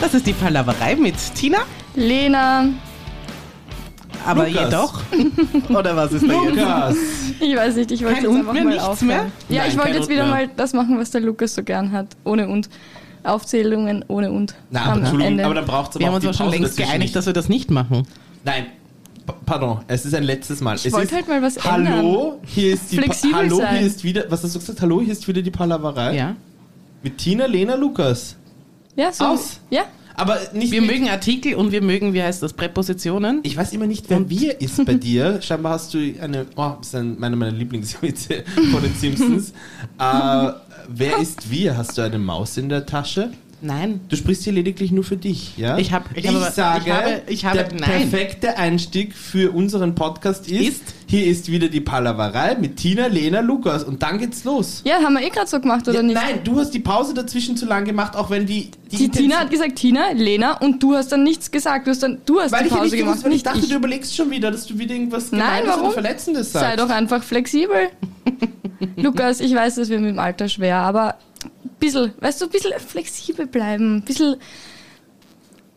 Das ist die Palaverei mit Tina, Lena, aber Lukas. jedoch. Oder was ist da jetzt? Lukas! ich weiß nicht, ich Kein wollte jetzt Und einfach mehr, mal nichts aufhören. mehr? Ja, Nein, ich wollte kein jetzt Und wieder mehr. mal das machen, was der Lukas so gern hat, ohne und. Aufzählungen ohne und. Na, am aber, Entschuldigung, Ende. aber dann braucht es aber Wir haben auch uns die aber schon Pause längst dazwischen geeinigt, nicht. dass wir das nicht machen. Nein, p- pardon, es ist ein letztes Mal. Ich es wollte ist, halt mal was Hallo, hier ist die Pa- Flexibel Hallo, sein. hier ist wieder, was hast du gesagt? Hallo, hier ist wieder die Palaverei. Ja. Mit Tina, Lena, Lukas. ja, so. Aus. Ja, Aber nicht Wir mit, mögen Artikel und wir mögen, wie heißt das, Präpositionen. Ich weiß immer nicht, wer wir ist bei dir. Scheinbar hast du eine, oh, das ist ein- meine, meine Lieblingswitze von den Simpsons. äh, wer ist wir? Hast du eine Maus in der Tasche? Nein. Du sprichst hier lediglich nur für dich, ja? Ich hab- ich ich, habe aber- sage, ich habe- ich habe- der nein. perfekte Einstieg für unseren Podcast ist, Ist? hier ist wieder die Palaverei mit Tina, Lena, Lukas und dann geht's los. ja, haben wir eh gerade so gemacht, oder Ja, nicht? Nein, du hast die Pause dazwischen zu lang gemacht, auch wenn die... Die Tina hat gesagt, Tina, Lena, und du hast dann nichts gesagt. Du hast dann, du hast weil die ich ja Pause nicht gewusst, gemacht, weil ich nicht dachte, ich. du überlegst schon wieder, dass du wieder irgendwas Nein, Gemeines oder warum? Verletzendes sagst. Sei doch einfach flexibel. Lukas, ich weiß, das wird mit dem Alter schwer, aber ein bisschen, weißt du, ein bisschen flexibel bleiben, ein bisschen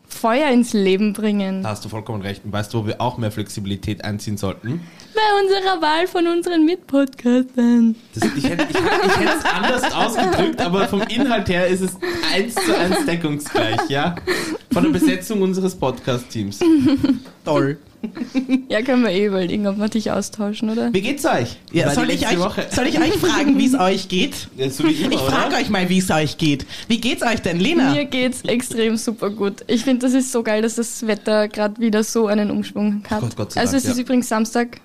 Feuer ins Leben bringen. Da hast du vollkommen recht. Und weißt du, wo wir auch mehr Flexibilität einziehen sollten? Bei unserer Wahl von unseren Mitpodcastern. Das, ich hätte ich, ich hätte es anders ausgedrückt, aber vom Inhalt her ist es eins zu eins deckungsgleich, ja? Von der Besetzung unseres Podcast-Teams. Toll. Ja, können wir eh überlegen, ob wir dich austauschen, oder? Wie geht's euch? Ja, War die soll, ich letzte euch, Woche. soll ich euch fragen, wie es euch geht? Ja, so wie immer, Ich frage oder? euch mal, wie es euch geht. Wie geht's euch denn, Lena? Mir geht's extrem super gut. Ich finde, das ist so geil, dass das Wetter gerade wieder so einen Umschwung hat. Gott, Gott sei also Dank, es ist ja. übrigens Samstag,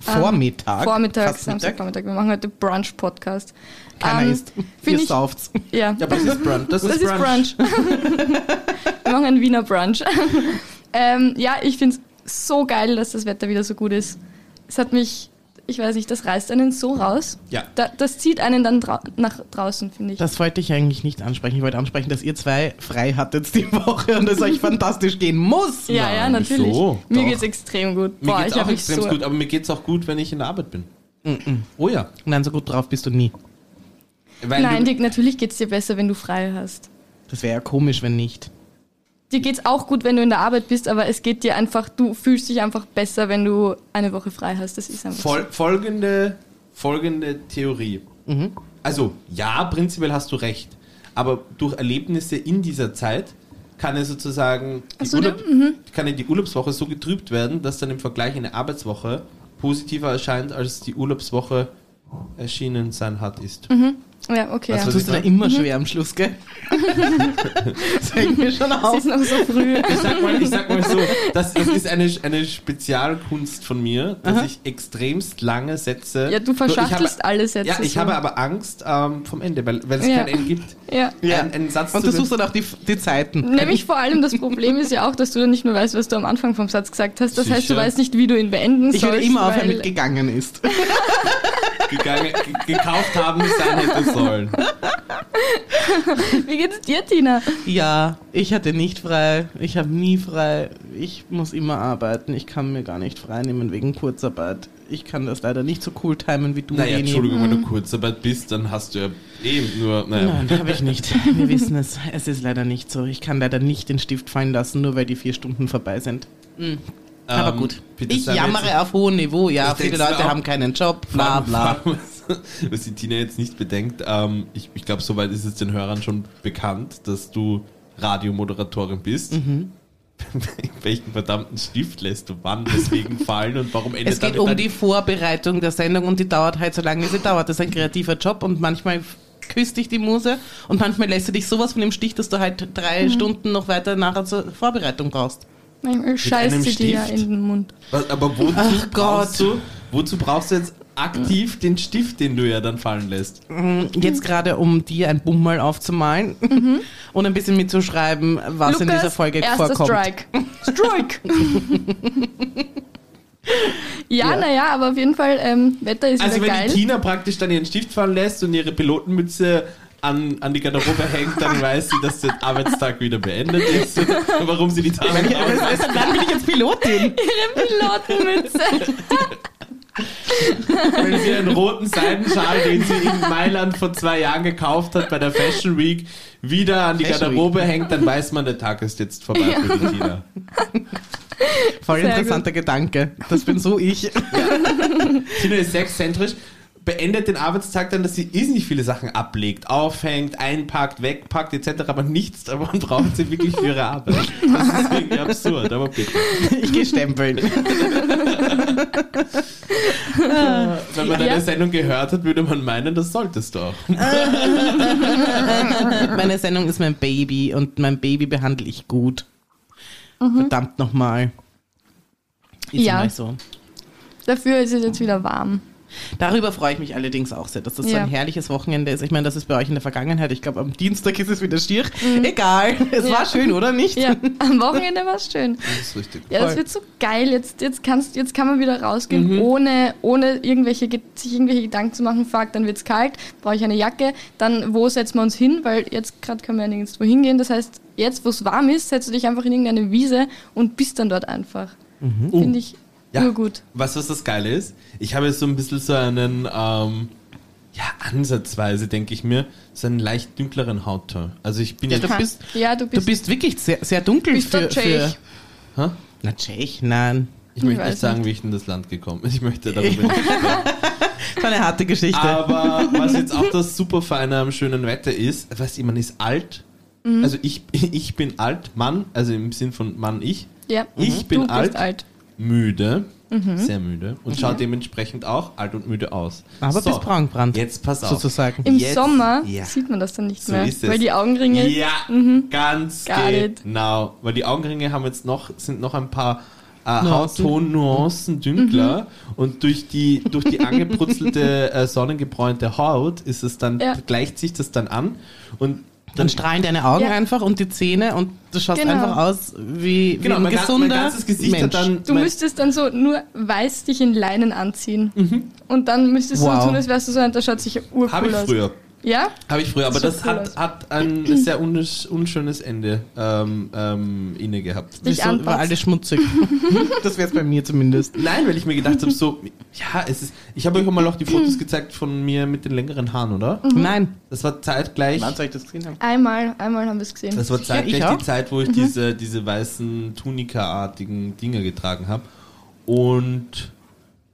Vormittag. ähm, Vormittag, fast Mittag. Samstag, Vormittag. Wir machen heute Brunch-Podcast. Keiner Ähm, isst. Find Ihr ich, ja, sauft's. Ja, aber das ist Brunch. Das, das ist Brunch. ist Brunch. Wir machen einen Wiener Brunch. ähm, ja, ich finde es so geil, dass das Wetter wieder so gut ist. Es hat mich, ich weiß nicht, das reißt einen so raus. Ja. Da, das zieht einen dann drau nach draußen, finde ich. Das wollte ich eigentlich nicht ansprechen. Ich wollte ansprechen, dass ihr zwei frei hattet die Woche und es euch fantastisch gehen muss. ja, ja, Nein, natürlich. wieso? Mir Doch. geht's extrem gut. Mir Boah, geht's ich auch habe mich extrem so. gut, aber mir geht's auch gut, wenn ich in der Arbeit bin. Oh ja. Nein, so gut drauf bist du nie. Weil Nein, du, Dick, natürlich geht's dir besser, wenn du frei hast. Das wäre ja komisch, wenn nicht. Dir geht's auch gut, wenn du in der Arbeit bist, aber es geht dir einfach, du fühlst dich einfach besser, wenn du eine Woche frei hast. Das ist einfach so. Fol folgende, folgende Theorie. Mhm. Also, ja, prinzipiell hast du recht. Aber durch Erlebnisse in dieser Zeit kann ja sozusagen die, so, ne? Mhm. Urlaub, kann ja die Urlaubswoche so getrübt werden, dass dann im Vergleich eine Arbeitswoche positiver erscheint, als die Urlaubswoche erschienen sein hat ist. Mhm. Ja, okay. Also, Ja. Das ist ja immer schwer am Schluss, gell? das fällt mir schon Es auf. ist noch so früh. Ich sag mal, ich sag mal so, das, das ist eine, eine Spezialkunst von mir, dass ich extremst lange Sätze... Ja, du Nur ich habe- verschachtelst alles jetzt. Ja, ich so. habe aber Angst ähm, vom Ende, weil, weil es Ja. kein Ende gibt. Ja. Ja. Ein, einen Satz Und zu du suchst dann auch die, die Zeiten. Nämlich vor allem das Problem ist ja auch, dass du dann nicht mehr weißt, was du am Anfang vom Satz gesagt hast. Das heißt, du Sicher. weißt nicht, wie du ihn beenden Ich sollst. würde immer aufhören weil- mit gegangen ist. gegangen, ge gekauft haben sein hätte sollen. Wie geht's dir, Tina? Ja, ich hatte nicht frei. Ich habe nie frei. Ich muss immer arbeiten. Ich kann mir gar nicht frei nehmen wegen Kurzarbeit. Ich kann das leider nicht so cool timen wie du, Naja, Leni. Entschuldigung, wenn du Kurzarbeit bist, dann hast du ja eben nur. Naja. Mhm. Nein, habe ich nicht. Wir wissen es. Es ist leider nicht so. Ich kann leider nicht den Stift fallen lassen, nur weil die vier Stunden vorbei sind. Aber Ähm, gut. bitte Ich sei mir jetzt- jammere auf hohem Niveau. Ja, Ich viele denk's mir Leute auch. haben keinen Job. Bla bla. Was die Tina jetzt nicht bedenkt, ähm, ich, ich glaube, soweit ist es den Hörern schon bekannt, dass du Radiomoderatorin bist. Mhm. Welchen verdammten Stift lässt du wann, weswegen fallen und warum endet Es geht damit um dein- die Vorbereitung der Sendung und die dauert halt so lange, wie sie dauert. Das ist ein kreativer Job und manchmal küsst dich die Muse und manchmal lässt du dich sowas von dem Stich, dass du halt Mhm. drei Stunden noch weiter nachher zur Vorbereitung brauchst. Manchmal scheißt einem sie dir ja Stift? in den Mund. Was, aber wozu, Ach brauchst Gott. du, wozu brauchst du jetzt aktiv den Stift, den du ja dann fallen lässt? Mm, Jetzt gerade, um dir ein Bummel aufzumalen Mhm. und ein bisschen mitzuschreiben, was in dieser Folge erster vorkommt. Strike. Strike! ja, naja, na ja, aber auf jeden Fall, ähm, Wetter ist Also wieder wenn die geil. Tina praktisch dann ihren Stift fallen lässt und ihre Pilotenmütze an, an die Garderobe hängt, dann weiß sie, dass der Arbeitstag wieder beendet ist und warum sie die Tage Also, Dann bin ich jetzt Pilotin. Ihre Pilotenmütze. wenn sie einen roten Seidenschal, den sie in Mailand vor zwei Jahren gekauft hat bei der Fashion Week, wieder an die Fashion Garderobe hängt, dann weiß man, der Tag ist jetzt vorbei für die Tina. Voll Sehr interessanter Gedanke. Das bin so ich. Tina ist sehr exzentrisch, beendet den Arbeitstag dann, dass sie irrsinnig viele Sachen ablegt, aufhängt, einpackt, wegpackt etc., aber nichts davon braucht sie wirklich für ihre Arbeit. Das ist irgendwie absurd, aber okay. Ich gehe stempeln. Wenn man Ja. eine Sendung gehört hat, würde man meinen, das solltest du auch. Meine Sendung ist mein Baby und mein Baby behandle ich gut. Verdammt nochmal. Ist Ja. ja. so. Dafür ist es jetzt wieder warm. Darüber freue ich mich allerdings auch sehr, dass das so Ja. ein herrliches Wochenende ist. Ich meine, das ist bei euch in der Vergangenheit. Ich glaube, am Dienstag ist es wieder schier. Egal. Es Mhm. Ja. war schön, oder nicht? Ja, am Wochenende war es schön. Das ist richtig. Ja, das Voll. wird so geil. Jetzt, jetzt, kannst, jetzt kann man wieder rausgehen, Mhm. ohne, ohne irgendwelche, Ge- sich irgendwelche Gedanken zu machen. Fuck, dann wird es kalt, brauche ich eine Jacke. Dann, wo setzen wir uns hin? Weil jetzt gerade können wir ja nirgendwo hingehen. Das heißt, jetzt, wo es warm ist, setzt du dich einfach in irgendeine Wiese und bist dann dort einfach. Finde ich Mhm. Ja. nur gut. Weißt du, was das Geile ist? Ich habe jetzt so ein bisschen so einen, ähm, ja, ansatzweise, denke ich mir, so einen leicht dunkleren Hautton. Also ich bin Ja, jetzt... du bist, Ja, du du bist, bist wirklich sehr, sehr dunkel bist für, dort für. Tschech. Hä? Na, Tschech, nein. Ich möchte weiß nicht sagen, wie ich in das Land gekommen bin. Ich möchte darüber nicht So eine harte Geschichte. Aber was jetzt auch das Superfeine am schönen Wetter ist, weißt du, man ist alt. Mhm. Also ich, ich bin alt, Mann, also im Sinn von Mann ich. Ja, Mhm. Ich bin du alt. Bist alt. Müde, Mhm. sehr müde und schaut dementsprechend auch alt und müde aus. Aber bis braungebrannt, Jetzt pass auf. sozusagen. Im Jetzt- Sommer ja. sieht man das dann nicht So mehr, ist es. Ne? weil die Augenringe. Mhm. Ja, ganz Got it. genau. Weil die Augenringe haben jetzt noch, sind noch ein paar äh, Nuancen. Hautton-Nuancen dünkler Mhm. und durch die, durch die angebrutzelte, äh, sonnengebräunte Haut ist es dann, Ja. gleicht sich das dann an und Dann strahlen deine Augen Ja. einfach und die Zähne und du schaust Genau. einfach aus wie, wie genau, ein mein, ga- mein gesunder ganzes Gesicht Mensch. hat dann... Du mein, müsstest dann so nur weiß dich in Leinen anziehen. Und dann müsstest du Mhm. Wow. so tun, als wärst du so ein, das schaut sich urcool habe ich aus. früher. Ja? Habe ich früher, aber Das das schaut cool aus. hat, hat ein sehr unsch- unschönes Ende ähm, ähm, inne gehabt. Dich Wieso? war anpasst. alles schmutzig. das wäre es bei mir zumindest. Nein, weil ich mir gedacht habe, so, ja, es ist. Ich habe euch auch mal noch die Fotos gezeigt von mir mit den längeren Haaren, oder? Mhm. Nein. Das war zeitgleich. Wann soll ich das gesehen haben? Einmal, einmal haben wir es gesehen. Das war zeitgleich ich auch. die Zeit, wo ich diese, diese weißen Tunika-artigen Dinge getragen habe. Und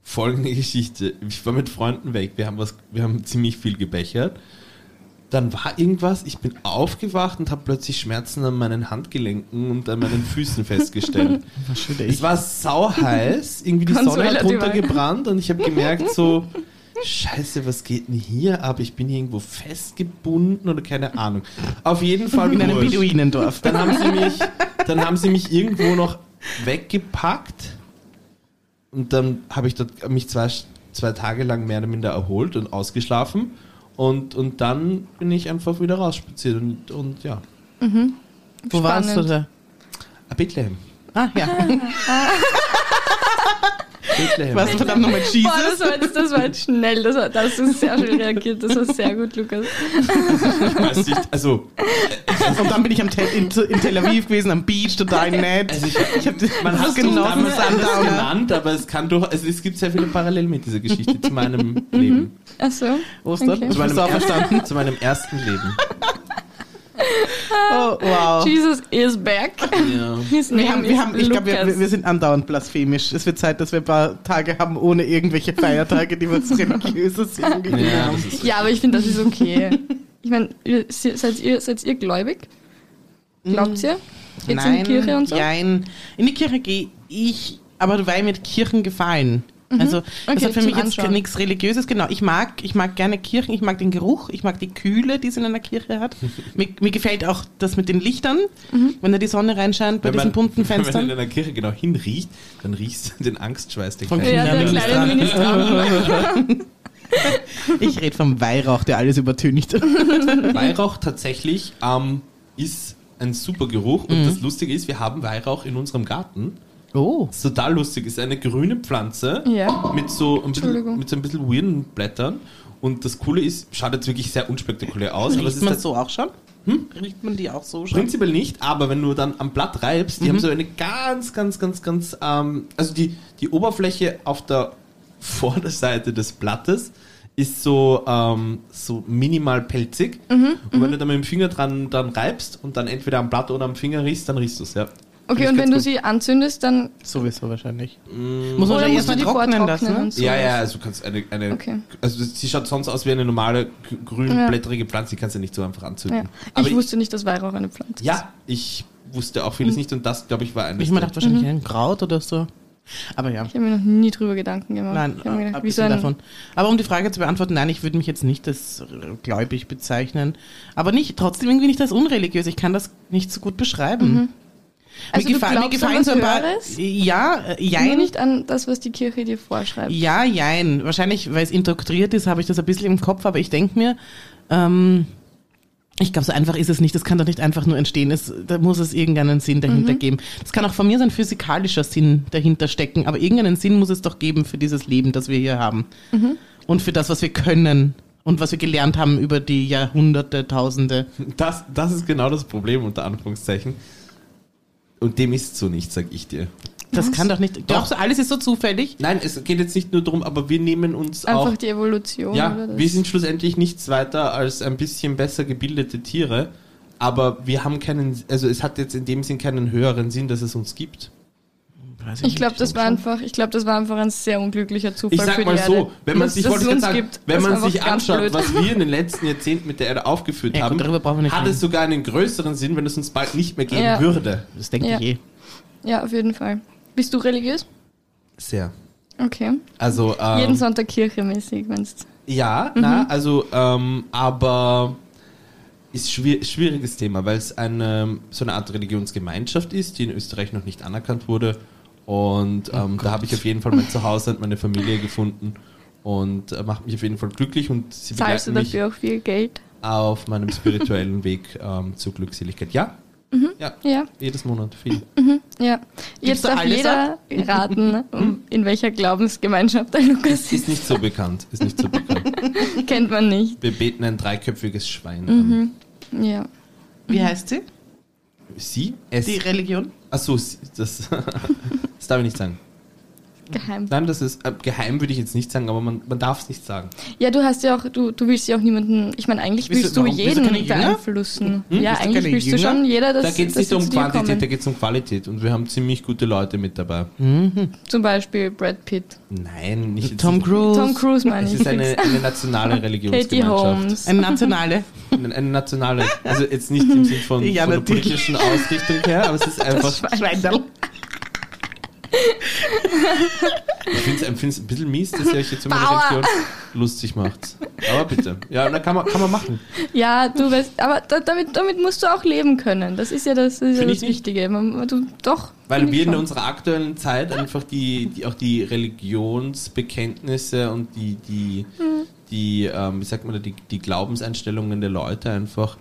folgende Geschichte. Ich war mit Freunden weg, wir haben, was, wir haben ziemlich viel gebechert. Dann war irgendwas, ich bin aufgewacht und habe plötzlich Schmerzen an meinen Handgelenken und an meinen Füßen festgestellt. Es Wahrscheinlich. war sau heiß, irgendwie die Sonne Consuela hat Duval. runtergebrannt und ich habe gemerkt so, scheiße, was geht denn hier ab? Ich bin hier irgendwo festgebunden oder keine Ahnung. Auf jeden Fall In einem wurscht. Beduinendorf. Dann haben sie mich, dann haben sie mich irgendwo noch weggepackt und dann habe ich dort mich zwei, zwei Tage lang mehr oder minder erholt und ausgeschlafen und, und dann bin ich einfach wieder rausspaziert und, und ja. Wo warst du Spannend. da? Bethlehem. Ah, ja. Bethlehem. Warst du verdammt nochmal Boah, Jesus? das war jetzt, das war jetzt schnell. Das, war, das ist sehr schön reagiert. Das war sehr gut, Lukas. Ich weiß nicht, also Und dann bin ich am Tel in, in Tel Aviv gewesen, am Beach, total nett. Also ich, ich hab, man Das hat ist es genossen, damals anders Sundowner. genannt, aber es kann doch, also es gibt sehr viele Parallelen mit dieser Geschichte zu meinem Leben. Ach so. Ostern? Okay. Ich Zu meinem, hab's auch ersten, zu meinem ersten Leben. Oh, wow. Jesus is back. Ja. His Wir name haben, wir is haben, ich glaube, wir, Lukas. wir sind andauernd blasphemisch. Es wird Zeit, dass wir ein paar Tage haben ohne irgendwelche Feiertage, die was Religiöses irgendwie Ja, haben. das ist ja, aber ich finde, das ist okay. ich meine, ihr- seid ihr, seid ihr gläubig? Mhm. Glaubt ihr? Geht's in die Kirche und so? Nein, in die Kirche gehe ich, aber weil mir Kirchen gefallen. Also das Okay, hat für zum mich jetzt Anschauen. nichts Religiöses, genau. Ich mag, ich mag gerne Kirchen, ich mag den Geruch, ich mag die Kühle, die es in einer Kirche hat. mir, mir gefällt auch das mit den Lichtern, wenn da die Sonne reinscheint bei Wenn man- diesen bunten Wenn man Fenstern. in einer Kirche genau hinriecht, dann riechst du den Angstschweiß der Von Ja, Kleinen. der Kindern. kleine Ministranten. Ich rede vom Weihrauch, der alles übertüncht. Weihrauch tatsächlich ähm, ist ein super Geruch und das Lustige ist, wir haben Weihrauch in unserem Garten. Oh. ist total lustig. Ist eine grüne Pflanze Ja. mit, so ein bisschen, Entschuldigung. mit so ein bisschen weirden Blättern. Und das Coole ist, schaut jetzt wirklich sehr unspektakulär aus. aber es Riecht ist man tat- so auch schon? Riecht man die auch so schon? Prinzipiell nicht, aber wenn du dann am Blatt Mhm. reibst, die haben so eine ganz, ganz, ganz, ganz, ähm, also die, die Oberfläche auf der Vorderseite des Blattes ist so, ähm, so minimal pelzig. Mhm, und wenn du da mit dem Finger dran, dran reibst und dann entweder am Blatt oder am Finger riechst, dann riechst du es, ja. Find Okay, ich und ganz wenn du gut. sie anzündest, dann. Sowieso wahrscheinlich. Muss man Mm. Oder schon musst du erstmal die trocknen vortrocknen lassen. Ne? und so? ja, ja, also du kannst eine, eine Okay. also das- sie schaut sonst aus wie eine normale g- grünblättrige Pflanze, die kannst du nicht so einfach Ja. anzünden. Aber Ich wusste Hm. nicht, dass Weihrauch eine Pflanze ist. ja, ich wusste auch vieles nicht und das, glaube ich, war eines. Ich mir der- dachte wahrscheinlich Mhm. ein Kraut oder so. Aber ja. Ich habe mir noch nie drüber Gedanken gemacht. Nein, ich hab mir äh, gedacht, wie so abgesehen davon. ein, Aber um die Frage zu beantworten, nein, ich würde mich jetzt nicht als äh, gläubig bezeichnen. Aber nicht, trotzdem irgendwie nicht als unreligiös. Ich kann das nicht so gut beschreiben. Mhm. Also du gefa- glaubst an was Höheres? Mhm. Ja, äh, Nur jein. nicht an das, was die Kirche dir vorschreibt. Ja, jein. Wahrscheinlich, weil es indoktriert ist, habe ich das ein bisschen im Kopf, aber ich denke mir, ähm, ich glaube, so einfach ist es nicht. Das kann doch nicht einfach nur entstehen. Es, da muss es irgendeinen Sinn dahinter geben. Das kann auch von mir so ein physikalischer Sinn dahinter stecken, aber irgendeinen Sinn muss es doch geben für dieses Leben, das wir hier haben. Und für das, was wir können und was wir gelernt haben über die Jahrhunderte, Tausende. Das, das ist genau das Problem, unter Anführungszeichen. Und dem ist so nicht, sag ich dir. Das Was? kann doch nicht. Glaubst du, alles ist so zufällig? Nein, es geht jetzt nicht nur darum, aber wir nehmen uns Einfach auch. die Evolution. oder Ja, das. wir sind schlussendlich nichts weiter als ein bisschen besser gebildete Tiere, aber wir haben keinen, also es hat jetzt in dem Sinn keinen höheren Sinn, dass es uns gibt. Weiß ich glaube, nicht. das war einfach, ich glaube, das war einfach ein sehr unglücklicher Zufall Ich für sag die mal so, Erde, wenn man dass sich, es wollte ich gerade uns sagen, gibt, wenn ist man sich einfach ganz anschaut, blöd. was wir in den letzten Jahrzehnten mit der Erde aufgeführt Ja, gut, haben, darüber brauchen wir nicht hat reden. es sogar einen größeren Sinn, wenn es uns bald nicht mehr geben Ja. würde. Das denke Ja. ich eh. Ja, auf jeden Fall. Bist du religiös? Sehr. Okay. Also ähm, Jeden Mhm. Sonntag Kirche mäßig, wenn's. Ja, na, also, ähm, aber ist schwier schwieriges Thema, weil es eine, so eine Art Religionsgemeinschaft ist, die in Österreich noch nicht anerkannt wurde. Oh Und ähm, da habe ich auf jeden Fall mein Zuhause und meine Familie gefunden und äh, macht mich auf jeden Fall glücklich und sie Zahlst du begleiten mich dafür auch viel Geld? auf meinem spirituellen Weg ähm, zur Glückseligkeit. Ja? Mhm. ja? Ja. Jedes Monat viel. Ja. Jetzt du darf alles jeder raten, um, in welcher Glaubensgemeinschaft der Lukas Ist ist. nicht so bekannt. Ist nicht so bekannt. Kennt man nicht. Wir beten ein dreiköpfiges Schwein Mhm. an. Ja. Wie heißt sie? Sie? Es? Die Religion? Achso, sie- das, das darf ich nicht sagen. Geheim. Nein, das ist äh, geheim, würde ich jetzt nicht sagen, aber man, man darf es nicht sagen. Ja, du hast ja auch, du, du willst ja auch niemanden, ich meine, eigentlich Wieso- willst du warum- wieso jeden keine Jünger? beeinflussen. Hm? Ja, Wieso eigentlich keine willst du Jünger? schon jeder, dass da geht es dass nicht sie um zu dir Quantität, da kommen. geht es um Qualität. Und wir haben ziemlich gute Leute mit dabei. Mhm. Zum Beispiel Brad Pitt. Nein, nicht jetzt- Tom Cruise. Tom Cruise meine Es ich. ist eine, eine nationale Katie Religionsgemeinschaft. Holmes. Eine nationale. Eine, eine nationale, also jetzt nicht im Sinn von, Ja, von der natürlich. politischen Ausrichtung her, aber es ist einfach, Schweinerl. ich finde es ein bisschen mies, dass ihr euch jetzt über eine Bauer. Religion lustig macht. Aber bitte. Ja, da kann man, kann man machen. Ja, du weißt, aber da, damit, damit musst du auch leben können. Das ist ja das, das, ist ja Find das ich nicht. Wichtige. Man, du, doch. Weil find ich wir in schon. unserer aktuellen Zeit einfach die, die auch die Religionsbekenntnisse und die, die, Hm. die ähm, wie sagt man da, die, die Glaubenseinstellungen der Leute einfach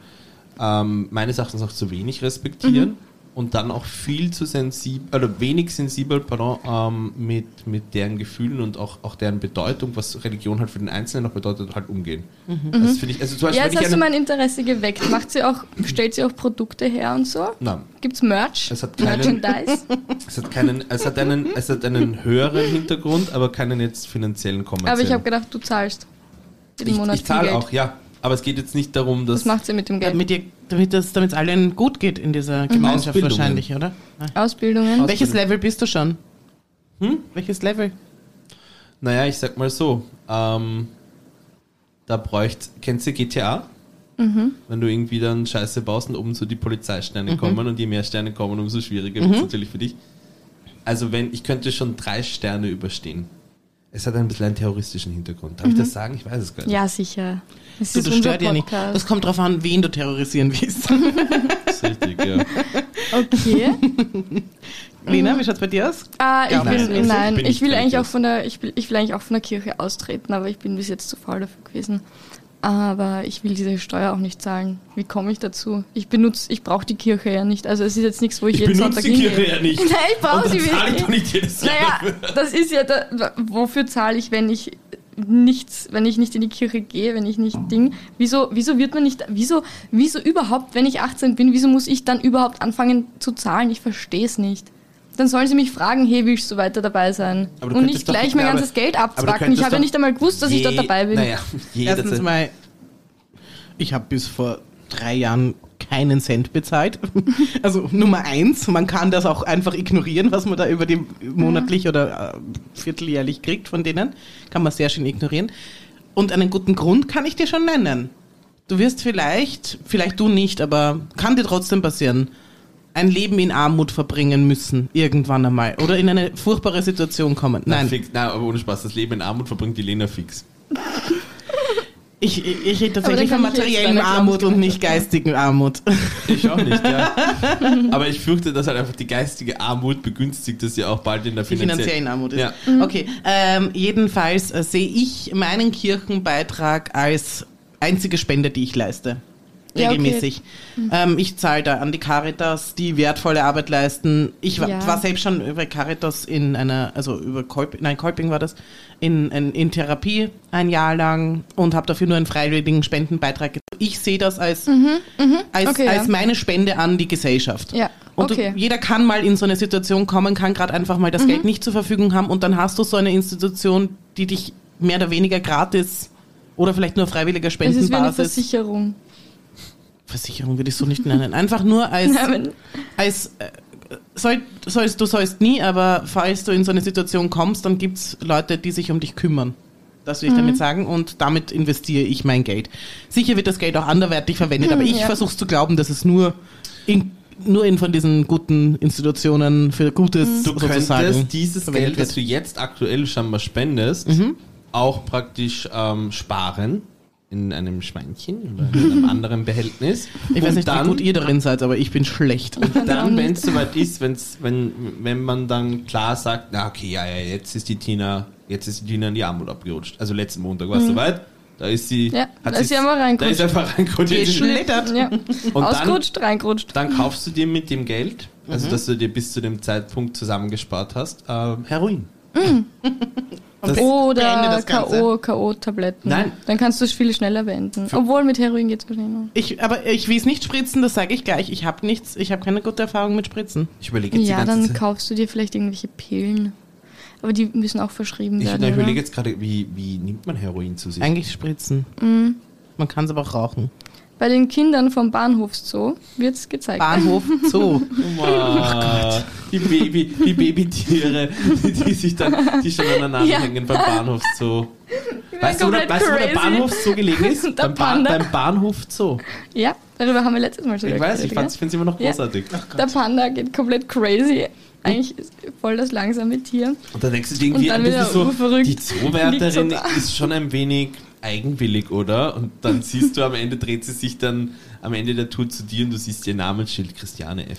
ähm, meines Erachtens auch zu wenig respektieren Mhm. und dann auch viel zu sensibel, oder wenig sensibel, pardon, ähm, mit, mit deren Gefühlen und auch, auch deren Bedeutung, was Religion halt für den Einzelnen auch bedeutet, halt umgehen. Das finde ich, also zum Beispiel, Mhm. Ja, wenn jetzt ich hast du einen- mein Interesse geweckt. Macht sie auch, stellt sie auch Produkte her und so? Nein. Gibt's Merch? Es hat keinen- Merchandise? Es hat, keinen, es, hat einen, es hat einen höheren Hintergrund, aber keinen jetzt finanziellen kommerziellen. Aber ich habe gedacht, du zahlst jeden ich, Monat ich zahle viel Geld. auch, ja. Aber es geht jetzt nicht darum, dass Was macht sie mit dem Geld? Damit ihr, damit es damit allen gut geht in dieser Gemeinschaft Ausbildungen. wahrscheinlich, oder? Ah. Ausbildungen? Welches Level bist du schon? Hm? Welches Level? naja, ich sag mal so, ähm, da bräucht, kennst du GTA? Mhm. Wenn du irgendwie dann Scheiße baust und oben so die Polizeisterne kommen und je mehr Sterne kommen, umso schwieriger Mhm. wird es natürlich für dich. Also wenn, ich könnte schon drei Sterne überstehen. Es hat ein bisschen einen terroristischen Hintergrund. Darf ich das sagen? Ich weiß es gar nicht. Mhm. Ja, sicher. Es Du, ist du unser stört ja nicht. Das Podcast. kommt drauf an, wen du terrorisieren willst. Das ist richtig, ja. Okay. Lena, wie schaut's bei dir aus? Ah, ich Ja, will, nein, also nein, bin ich, ich will eigentlich auch religiös. von der, ich will, ich will eigentlich auch von der Kirche austreten, aber ich bin bis jetzt zu faul dafür gewesen. Aber ich will diese Steuer auch nicht zahlen. Wie komme ich dazu? Ich benutze, ich brauche die Kirche ja nicht. Also es ist jetzt nichts, wo ich, jeden Sonntag hingehe. ja nicht. Nein, ich brauche Und sie dann zahle ich doch wirklich. nicht jedes Jahr Naja, dafür. das ist ja, da, wofür zahle ich, wenn ich nichts, wenn ich nicht in die Kirche gehe, wenn ich nicht Ding, wieso, wieso wird man nicht, wieso, wieso überhaupt, wenn ich 18 bin, wieso muss ich dann überhaupt anfangen zu zahlen? Ich verstehe es nicht. dann sollen sie mich fragen, hey, willst du weiter dabei sein? Aber du Und könntest nicht doch- gleich mein Ja, aber- ganzes Geld aber du abzwacken. könntest Ich habe ja doch nicht einmal gewusst, dass ich dort dabei bin. Naja, Erstens jederzeit. mal, ich habe bis vor drei Jahren keinen Cent bezahlt. Also Nummer eins, man kann das auch einfach ignorieren, was man da über die monatlich oder äh, vierteljährlich kriegt von denen. Kann man sehr schön ignorieren. Und einen guten Grund kann ich dir schon nennen. Du wirst vielleicht, vielleicht du nicht, aber kann dir trotzdem passieren, ein Leben in Armut verbringen müssen, irgendwann einmal. Oder in eine furchtbare Situation kommen. Na, Nein, Fix, na, aber ohne Spaß, das Leben in Armut verbringt die Lena fix. ich, ich, ich rede Aber tatsächlich dann von kann ich jetzt materiellen deiner Armut und nicht geistigen Armut. Ich auch nicht, ja. Aber ich fürchte, dass halt einfach die geistige Armut begünstigt, dass ja auch bald in der die finanziellen, finanziellen Armut ist. Ja. Okay, ähm, jedenfalls äh, sehe ich meinen Kirchenbeitrag als einzige Spende, die ich leiste. Ja, okay. Mhm. Regelmäßig. Ähm, ich zahle da an die Caritas, die wertvolle Arbeit leisten. Ich war, Ja. war selbst schon über Caritas in einer, also über Kolping, nein, Kolping war das, in, in, in Therapie ein Jahr lang und habe dafür nur einen freiwilligen Spendenbeitrag. gezahlt. Ich sehe das als, als, Mhm, Okay, als ja. meine Spende an die Gesellschaft. Ja, Und okay. Mhm. du, jeder kann mal in so eine Situation kommen, kann gerade einfach mal das Geld nicht zur Verfügung haben und dann hast du so eine Institution, die dich mehr oder weniger gratis oder vielleicht nur auf freiwilliger Es ist wie eine Spendenbasis. Versicherung. Versicherung würde ich so nicht nennen. Einfach nur als, Ja, wenn- als äh, soll, sollst, du sollst nie, aber falls du in so eine Situation kommst, dann gibt es Leute, die sich um dich kümmern. Das will ich damit sagen und damit investiere ich mein Geld. Sicher wird das Geld auch anderweitig verwendet, aber ich ja. versuche es zu glauben, dass es nur in, nur in von diesen guten Institutionen für Gutes Du sozusagen könntest dieses verwendet Mhm. Geld, das du jetzt aktuell scheinbar spendest, auch praktisch ähm, sparen in einem Schweinchen oder in einem anderen Behältnis. Ich weiß Und nicht, dann, wie gut ihr darin seid, aber ich bin schlecht. dann wenn es soweit ist, wenn's, wenn, wenn man dann klar sagt, na okay, ja, ja, jetzt ist die Tina, jetzt ist die Tina in die Armut abgerutscht. Also letzten Montag war es soweit. Da ist sie, Mhm. Ja, da ist sie's- sie einmal Da ist reingerutscht. sie einfach reingerutscht. Jetzt ist sie- Geschlittert. Ja. dann- Ausgerutscht, reingerutscht. Dann kaufst du dir mit dem Geld, also Mhm. dass du dir bis zu dem Zeitpunkt zusammengespart hast, ähm, Heroin. Mhm. Das- beende Oder das Ganze. K.O. K.O.-Tabletten. Nein. Dann kannst du es viel schneller beenden. Obwohl mit Heroin geht's wahrscheinlich noch. Ich, aber ich will es nicht spritzen, das sage ich gleich. Ich habe nichts, ich habe keine gute Erfahrung mit Spritzen. Ich überlege jetzt Ja, die ganze dann Zeit. kaufst du dir vielleicht irgendwelche Pillen. Aber die müssen auch verschrieben Ich, werden. na, ich überlege oder? jetzt gerade, wie, wie nimmt man Heroin zu sich? Eigentlich Spritzen. Man kann es aber auch rauchen. Bei den Kindern vom Bahnhofszoo wird's gezeigt. Bahnhof Zoo. Wow. Die, Baby, die Babytiere, die, die sich dann, die schon aneinander Ja. hängen beim Bahnhof Zoo. Ich bin Weißt du, wo der- komplett weißt du, wo der crazy. Bahnhof Zoo gelegen ist? Der beim, ba Panda. beim Bahnhof Zoo. Ja, darüber haben wir letztes Mal schon Ich weiß, ich geredet, finde es immer noch Ja. großartig. gell? Der Panda geht komplett crazy. Eigentlich ist voll das langsame Tier. Und dann denkst du dir irgendwie Und dann ein bisschen wieder so, verrückt. die Zoowärterin Liegt so da. ist schon ein wenig eigenwillig, oder? Und dann siehst du, am Ende dreht sie sich dann am Ende der Tour zu dir und du siehst ihr Namensschild, Christiane F.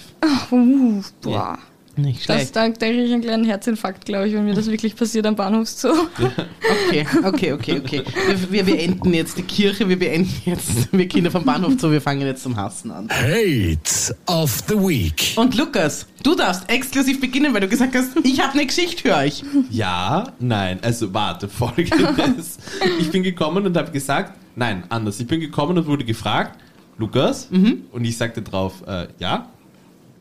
Uh, boah. Nicht Das, schlecht. da denke ich einen kleinen Herzinfarkt, glaube ich, wenn mir das wirklich passiert am Bahnhofszoo. Okay, okay, okay, okay. Wir, wir beenden jetzt die Kirche, wir beenden jetzt, wir Kinder vom Bahnhof Zoo, wir fangen jetzt zum Hassen an. Hate of the Week. Und Lukas, du darfst exklusiv beginnen, weil du gesagt hast, ich habe eine Geschichte für euch. Ja, nein, also warte, folgendes. Ich bin gekommen und habe gesagt, nein, anders. Ich bin gekommen und wurde gefragt, Lukas, und ich sagte drauf, äh, ja,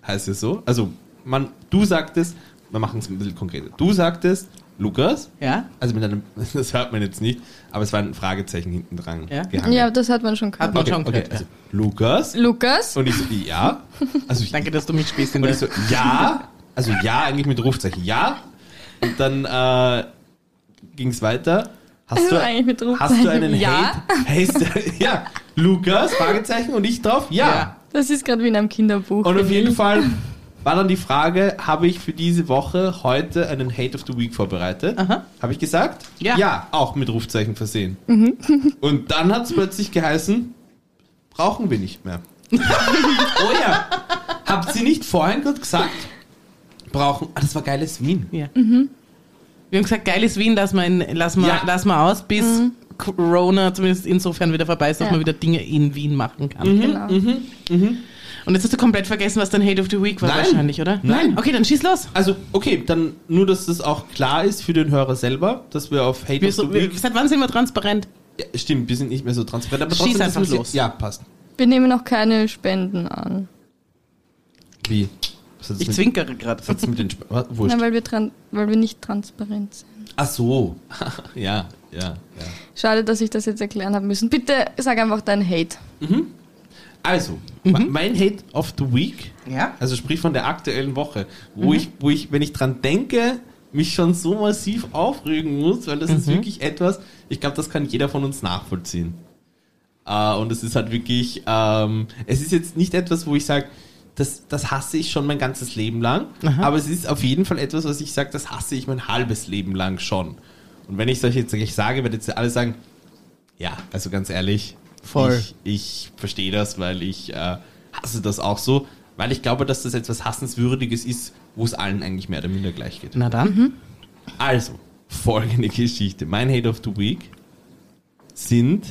heißt ja so. Also, man, du sagtest, wir machen es ein bisschen konkreter. Du sagtest, Lukas, Ja? also mit einem, das hört man jetzt nicht, aber es war ein Fragezeichen hinten dran. Ja. gehangen. Ja, das hat man schon gehört. Hat man Okay, schon okay, gehört. also, Lukas, Lukas? und ich so, ja, also ich, Danke, dass du mich spielst. in und der- ich so, ja. Also ja, eigentlich mit Rufzeichen, ja. Und dann äh, ging es weiter. Hast Also du, eigentlich mit hast du Rufzeichen, einen ja. Hate? Hate ja. Lukas, Fragezeichen und ich drauf, ja. Ja. Das ist gerade wie in einem Kinderbuch. Und auf jeden Fall war dann die Frage, habe ich für diese Woche heute einen Hate of the Week vorbereitet? Aha. Habe ich gesagt? Ja. Mhm. Ja, auch mit Rufzeichen versehen. Und dann hat es plötzlich geheißen, brauchen wir nicht mehr. oh ja, habt ihr nicht vorhin gerade gesagt, brauchen, ah, das war geiles Wien. ja. Wir haben gesagt, geiles Wien, lass mal, in, lass mal, Ja. lass mal aus, bis Corona zumindest insofern wieder vorbei ist, dass Ja. man wieder Dinge in Wien machen kann. Mhm, Genau. Und jetzt hast du komplett vergessen, was dein Hate of the Week war Nein. wahrscheinlich, oder? Nein. Okay, dann schieß los. Also, okay, dann nur, dass das auch klar ist für den Hörer selber, dass wir auf Hate Wir of the so, wir, Week... seit wann sind wir transparent? Ja, stimmt, wir sind nicht mehr so transparent, aber Schieß trotzdem... das einfach muss ich- los. Ja, passt. Wir nehmen auch keine Spenden an. Wie? Was hat's Ich mit- zwinkere gerade. Was hat's mit den Sp was? Wurscht. Nein, weil wir, tran weil wir nicht transparent sind. Ach so. ja, ja, ja. Schade, dass ich das jetzt erklären habe müssen. Bitte sag einfach deinen Hate. Also, me- mein Hate of the Week, Ja. also sprich von der aktuellen Woche, wo, Mhm. ich, wo ich, wenn ich dran denke, mich schon so massiv aufregen muss, weil das ist Mhm. wirklich etwas, ich glaube, das kann jeder von uns nachvollziehen. Äh, und es ist halt wirklich, ähm, es ist jetzt nicht etwas, wo ich sage, das, das hasse ich schon mein ganzes Leben lang, Aha. aber es ist auf jeden Fall etwas, was ich sage, das hasse ich mein halbes Leben lang schon. Und wenn ich solche jetzt gleich sage, werdet ihr alle sagen, ja, also ganz ehrlich, Voll. ich, ich verstehe das, weil ich äh, hasse das auch so, weil ich glaube, dass das etwas Hassenswürdiges ist, wo es allen eigentlich mehr oder minder gleich geht. Na dann. Also, folgende Geschichte. Mein Hate of the Week sind.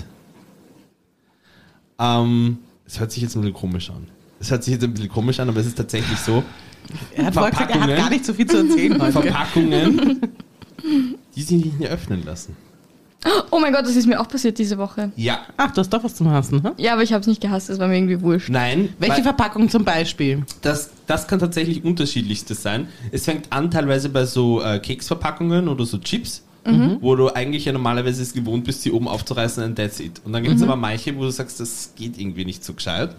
Ähm, es hört sich jetzt ein bisschen komisch an. Es hört sich jetzt ein bisschen komisch an, aber es ist tatsächlich so. Er hat vorher gesagt, er hat Verpackungen. gar nicht so viel zu erzählen heute. gell? Verpackungen, die sich nicht mehr öffnen lassen. Oh mein Gott, das ist mir auch passiert diese Woche. Ja. Ach, du hast doch was zum Hassen, ne? Ja, aber ich habe es nicht gehasst, es war mir irgendwie wurscht. Nein. Welche weil- Verpackung zum Beispiel? das, das kann tatsächlich unterschiedlichstes sein. Es fängt an teilweise bei so äh, Keksverpackungen oder so Chips, wo du eigentlich ja normalerweise es gewohnt bist, die oben aufzureißen und that's it. Und dann gibt es aber manche, wo du sagst, das geht irgendwie nicht so gescheit.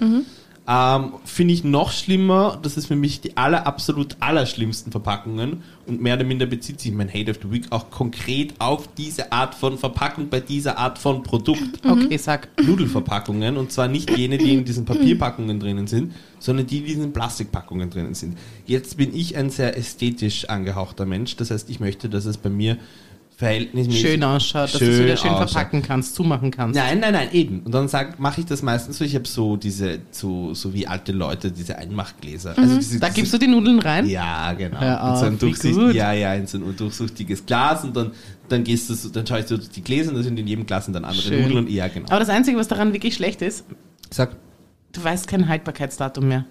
Ähm, Finde ich noch schlimmer, das ist für mich die aller absolut allerschlimmsten Verpackungen und mehr oder minder bezieht sich mein Hate of the Week auch konkret auf diese Art von Verpackung bei dieser Art von Produkt. Okay, sag. Nudelverpackungen und zwar nicht jene, die in diesen Papierpackungen drinnen sind, sondern die, die in diesen Plastikpackungen drinnen sind. Jetzt bin ich ein sehr ästhetisch angehauchter Mensch, das heißt, ich möchte, dass es bei mir verhältnismäßig Schön ausschaut, dass du es Schön wieder schön ausschaut. verpacken kannst, zumachen kannst. Nein, nein, nein, eben. Und dann mache ich das meistens so, ich habe so diese, so, so wie alte Leute, diese Einmachgläser. Also diese, Mhm. Da diese- gibst du die Nudeln rein? ja, genau. Hör in so ein auf, wie gut. durchsichtiges, ja, ja, in so ein durchsichtiges Glas und dann, dann gehst du, so- dann schaust du durch die Gläser und da sind in jedem Glas sind dann andere Schön. Nudeln und ja, genau. Aber das Einzige, was daran wirklich schlecht ist, Sag, du weißt kein Haltbarkeitsdatum mehr.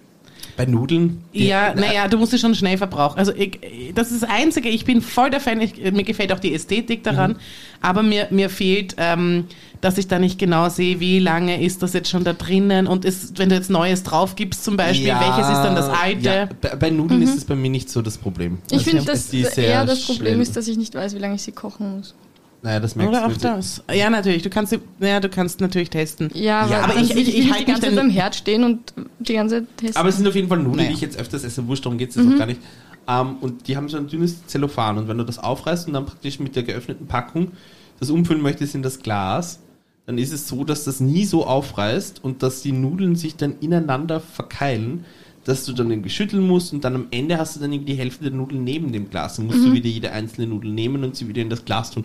bei Nudeln? die- Ja, na- naja, du musst sie schon schnell verbrauchen. Also ich, ich- das ist das Einzige, ich bin voll der Fan, ich, mir gefällt auch die Ästhetik daran, aber mir, mir fehlt, ähm, dass ich da nicht genau sehe, wie lange ist das jetzt schon da drinnen und ist, wenn du jetzt Neues drauf gibst zum Beispiel, Ja, welches ist dann das alte? Mhm. Ja, bei, bei Nudeln ist es bei mir nicht so das Problem. Ich finde, dass dass halt die sehr eher das Problem schnell- ist, dass ich nicht weiß, wie lange ich sie kochen muss. Naja, das merkst Oder du. auch wenn sie- das. Ja, natürlich, du kannst, sie- ja, du kannst natürlich testen. Ja, Ja, aber aber ich, ich- ich- ich will halt die mich ganze Zeit dann- beim Herd stehen und die ganze Zeit testen. Aber es sind auf jeden Fall Nudeln, Naja. die ich jetzt öfters esse. Wurscht, darum geht es jetzt Mhm. auch gar nicht. Ähm, und die haben so ein dünnes Zellophan. Und wenn du das aufreißt und dann praktisch mit der geöffneten Packung das umfüllen möchtest in das Glas, dann ist es so, dass das nie so aufreißt und dass die Nudeln sich dann ineinander verkeilen, dass du dann irgendwie schütteln musst und dann am Ende hast du dann irgendwie die Hälfte der Nudeln neben dem Glas. Dann Mhm. musst du wieder jede einzelne Nudel nehmen und sie wieder in das Glas tun.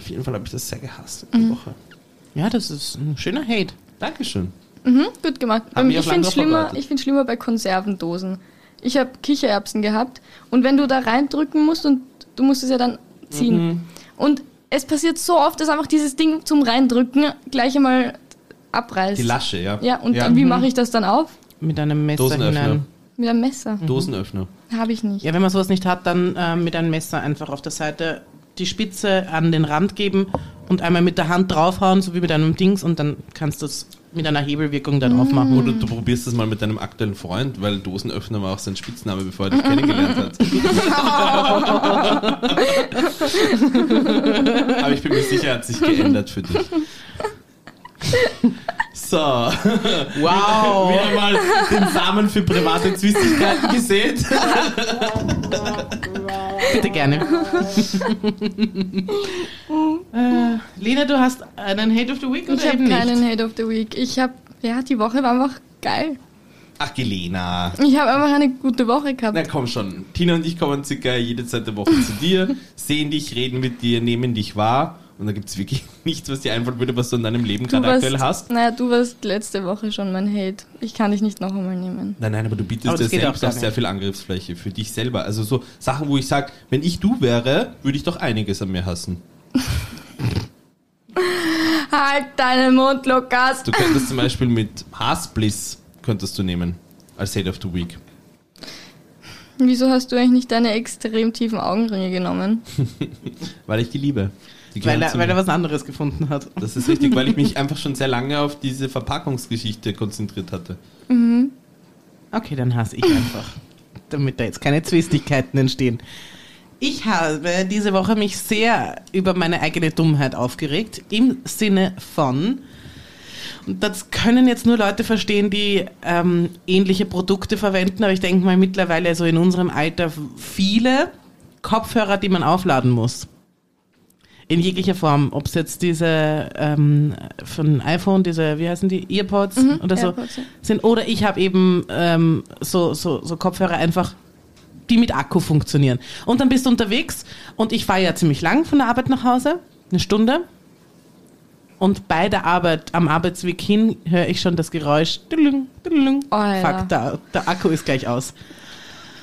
Auf jeden Fall habe ich das sehr gehasst Mhm. in der Woche. Ja, das ist ein schöner Hate. Dankeschön. Gut gemacht. Ähm, Haben wir ich auf lange finde es drauf schlimmer, vorbereitet. ich find's schlimmer bei Konservendosen. Ich habe Kichererbsen gehabt und wenn du da reindrücken musst und du musst es ja dann ziehen. Mhm. Und es passiert so oft, dass einfach dieses Ding zum Reindrücken gleich einmal abreißt. Die Lasche, ja. Mhm. Ja, und dann, wie mache ich das dann auf? Mit einem Messer Dosenöffner. hinein. Mit einem Messer. Mhm. Dosenöffner. Habe ich nicht. Ja, wenn man sowas nicht hat, dann ähm, mit einem Messer einfach auf der Seite die Spitze an den Rand geben und einmal mit der Hand draufhauen, so wie mit einem Dings, und dann kannst du es mit einer Hebelwirkung da drauf machen. Mm. Oder du probierst das mal mit deinem aktuellen Freund, weil Dosenöffner war auch sein Spitzname, bevor er dich kennengelernt hat. Aber ich bin mir sicher, er hat sich geändert für dich. So, wieder Wow! mal den Samen für private Zwistigkeiten gesät. Bitte gerne. äh, Lena, du hast einen Hate of the Week Ich oder habe eben keinen nicht? Hate of the Week. Ich habe, ja, die Woche war einfach geil. Ach, Gelena. Ich habe einfach eine gute Woche gehabt. Na komm schon, Tina und ich kommen circa jede zweite Woche zu dir, sehen dich, reden mit dir, nehmen dich wahr. Und da gibt es wirklich nichts, was dir einfallen würde, was du in deinem Leben gerade aktuell hast. Naja, du warst letzte Woche schon mein Hate. Ich kann dich nicht noch einmal nehmen. Nein, nein, aber du bietest Aber dir das geht auch selbst gar auch sehr nicht. viel Angriffsfläche für dich selber. Also so Sachen, wo ich sage, wenn ich du wäre, würde ich doch einiges an mir hassen. Halt deinen Mund, Lukas! Du könntest zum Beispiel mit Hassbliss könntest du nehmen als Hate of the Week. Wieso hast du eigentlich nicht deine extrem tiefen Augenringe genommen? Weil ich die liebe. Die Weil gehören er, zu weil er mir. was anderes gefunden hat. das ist richtig, weil ich mich einfach schon sehr lange auf diese Verpackungsgeschichte konzentriert hatte. Okay, dann hasse ich einfach. damit da jetzt keine Zwistigkeiten entstehen. Ich habe diese Woche mich sehr über meine eigene Dummheit aufgeregt, im Sinne von, und das können jetzt nur Leute verstehen, die ähm, ähnliche Produkte verwenden, aber ich denke mal mittlerweile so in unserem Alter viele Kopfhörer, die man aufladen muss. In jeglicher Form, ob es jetzt diese ähm, von iPhone, diese, wie heißen die, Earpods oder so AirPods, ja. sind, oder ich habe eben ähm, so, so, so Kopfhörer einfach die mit Akku funktionieren. Und dann bist du unterwegs und ich fahre ja ziemlich lang von der Arbeit nach Hause, eine Stunde. Und bei der Arbeit, am Arbeitsweg hin, höre ich schon das Geräusch. Tüdelung, tüdelung. Alter. Fuck, der, der Akku ist gleich aus.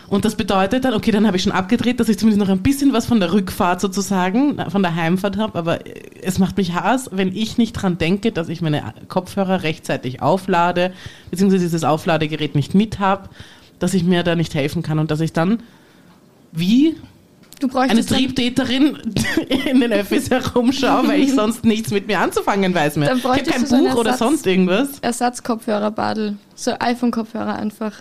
Und das bedeutet dann, okay, dann habe ich schon abgedreht, dass ich zumindest noch ein bisschen was von der Rückfahrt sozusagen, von der Heimfahrt habe. Aber äh, es macht mich Hass, wenn ich nicht dran denke, dass ich meine Kopfhörer rechtzeitig auflade, beziehungsweise dieses Aufladegerät nicht mit habe, dass ich mir da nicht helfen kann und dass ich dann wie Du eine bräuchtest Also dann, Triebtäterin in den Öffis herumschaue, weil ich sonst nichts mit mir anzufangen weiß mehr. Dann Ich habe bräuchtest kein du so einen Buch oder Ersatz. sonst irgendwas. Ersatzkopfhörer-Badel. So iPhone-Kopfhörer einfach.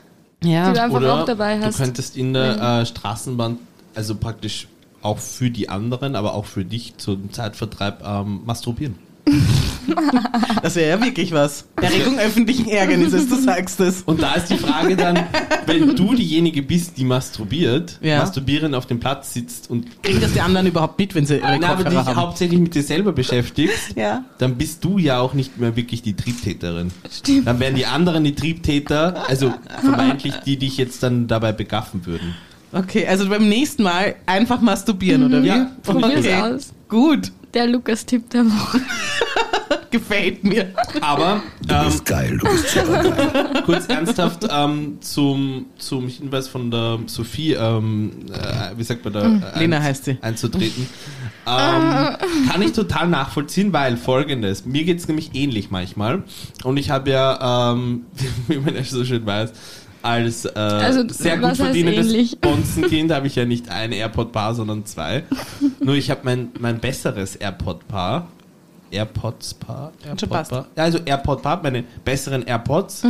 Ja. Die du einfach Oder auch dabei hast. Du könntest in der äh, Straßenbahn, also praktisch auch für die anderen, aber auch für dich zum Zeitvertreib ähm, masturbieren. Das wäre ja wirklich was. Erregung öffentlichen Ärgernisses, du sagst es. Und da ist die Frage dann, wenn du diejenige bist, die masturbiert, Ja. masturbieren auf dem Platz sitzt und Kriegen das die anderen überhaupt mit, wenn sie ihre Na, aber dich Kopfhörer haben? hauptsächlich mit dir selber beschäftigst, Ja. dann bist du ja auch nicht mehr wirklich die Triebtäterin. Stimmt. Dann wären die anderen die Triebtäter, also vermeintlich die, die dich jetzt dann dabei begaffen würden. Okay, also beim nächsten Mal einfach masturbieren, Mhm. oder wie? Ja, probier's aus. Gut, Der Lukas-Tipp der Woche. gefällt mir. Aber Du ähm, bist geil, du bist selber geil. kurz ernsthaft ähm, zum, zum Hinweis von der Sophie, ähm, äh, wie sagt man da? Äh, Lena einz- heißt sie. Einzutreten. Ähm, kann ich total nachvollziehen, weil folgendes, mir geht's nämlich ähnlich manchmal und ich habe ja, ähm, wie man ja so schön weiß, als äh, Also, sehr gut was heißt verdienendes ähnlich? Bonzenkind habe ich ja nicht ein AirPod-Paar, sondern zwei. Nur ich habe mein, mein besseres AirPod-Paar AirPods Part. Schon AirPod passt. Part. Ja, also AirPod Part, meine besseren AirPods,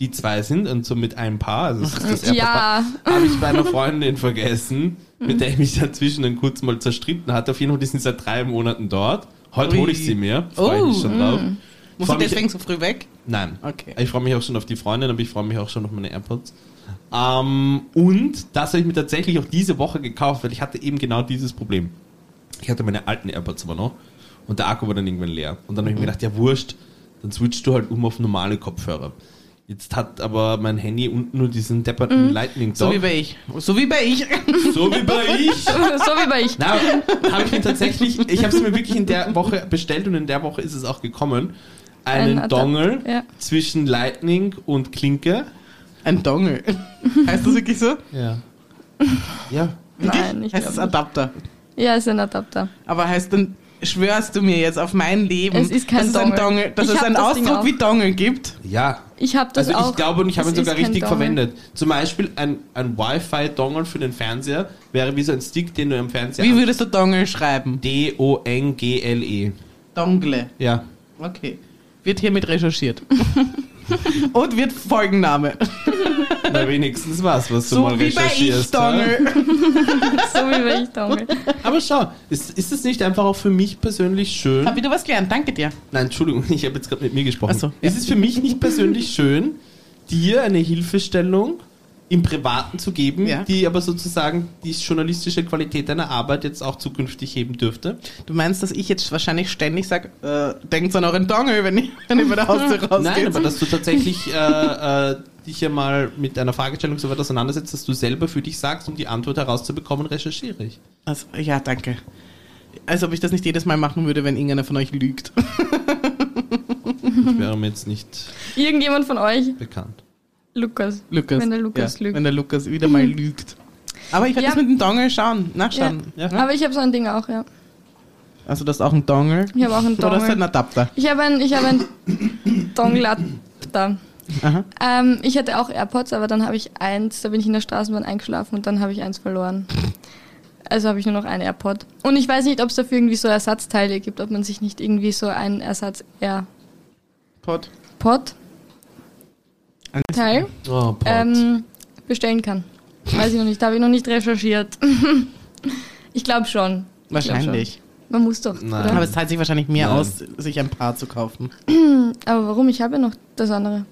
die zwei sind und somit ein Paar, also es ist das AirPod Ja. Paar, habe ich bei einer Freundin vergessen, mit der ich mich dazwischen dann kurz mal zerstritten hatte. Auf jeden Fall, die sind seit drei Monaten dort. Heute Ui. hole ich sie mir, freue ich mich Oh, schon drauf. Musst Freu du mich- deswegen so früh weg? Nein. Okay. Ich freue mich auch schon auf die Freundin, aber ich freue mich auch schon auf meine AirPods. Ähm, und das habe ich mir tatsächlich auch diese Woche gekauft, weil ich hatte eben genau dieses Problem. Ich hatte meine alten AirPods aber noch und der Akku war dann irgendwann leer. Und dann habe ich Mhm. mir gedacht, ja wurscht, dann switchst du halt um auf normale Kopfhörer. Jetzt hat aber mein Handy unten nur diesen depperten lightning Mhm. So wie bei ich. So wie bei ich. so wie bei ich. so wie bei ich. Na, habe ich mir tatsächlich, ich habe es mir wirklich in der Woche bestellt und in der Woche ist es auch gekommen. Einen Ein Adap- Dongle ja. zwischen Lightning und Klinke. Ein Dongle. Heißt das wirklich so? Ja. Ja. Nein, ich Heißt das glaube Adapter? Ja, ist ein Adapter. Aber heißt dann, schwörst du mir jetzt auf mein Leben, Es ist kein dass es ein, Dongle. Dongle, dass Ich es hab einen das Ding Ausdruck auch. wie Dongle gibt? Ja. Ich habe das Also auch. ich glaube und ich habe ihn Das sogar ist kein richtig Dongle. verwendet. Zum Beispiel ein, ein Wi-Fi-Dongle für den Fernseher wäre wie so ein Stick, den du am Fernseher Wie würdest du Dongle schreiben? D-O-N-G-L-E. Dongle. E. Ja. Okay. Wird hiermit recherchiert. Und wird Folgenname. Na wenigstens was, was du So mal wie bei ich recherchierst. ja? Dongle. So wie bei ich Dongle. Aber schau, ist, ist das nicht einfach auch für mich persönlich schön? Hab wieder was gelernt, danke dir. Nein, Entschuldigung, ich habe jetzt gerade mit mir gesprochen. Ach so, ja. Es ist für mich nicht persönlich schön, dir eine Hilfestellung im Privaten zu geben, Ja. die aber sozusagen die journalistische Qualität deiner Arbeit jetzt auch zukünftig heben dürfte. Du meinst, dass ich jetzt wahrscheinlich ständig sage, äh, denkt an euren Dongle, wenn ihr, wenn ihr bei der Haustür rausgeht. Nein, aber dass du tatsächlich äh, äh, dich ja mal mit einer Fragestellung so weit auseinandersetzt, dass du selber für dich sagst, um die Antwort herauszubekommen, recherchiere ich. also, ja, danke. Als ob ich das nicht jedes Mal machen würde, wenn irgendeiner von euch lügt. Das Mhm. wäre mir jetzt nicht Irgendjemand von euch, bekannt. Lukas. Lukas. Wenn der Lukas ja, lügt. Wenn der Lukas wieder mal lügt. Aber ich werde Ja. das mit dem Dongle schauen, nachschauen. Ja. Ne? Aber ich habe so ein Ding auch, ja. Also das ist auch ein Dongle. Ich habe auch einen Oder ist Dongle. ein Adapter? Ich habe ein, ich habe ein Dongle-Adapter. Aha. Ähm, ich hatte auch AirPods, aber dann habe ich eins, da bin ich in der Straßenbahn eingeschlafen und dann habe ich eins verloren. Also habe ich nur noch ein AirPod. Und ich weiß nicht, ob es dafür irgendwie so Ersatzteile gibt, ob man sich nicht irgendwie so einen Ersatz-AirPod Pod. Teil Oh, Pot. ähm, bestellen kann. Weiß ich noch nicht, da habe ich noch nicht recherchiert. ich glaube schon. Ich glaub Wahrscheinlich. schon. Man muss doch. Nein. Aber Oder? es zahlt sich wahrscheinlich mehr Nein. aus, sich ein Paar zu kaufen. Aber warum? Ich habe ja noch das andere.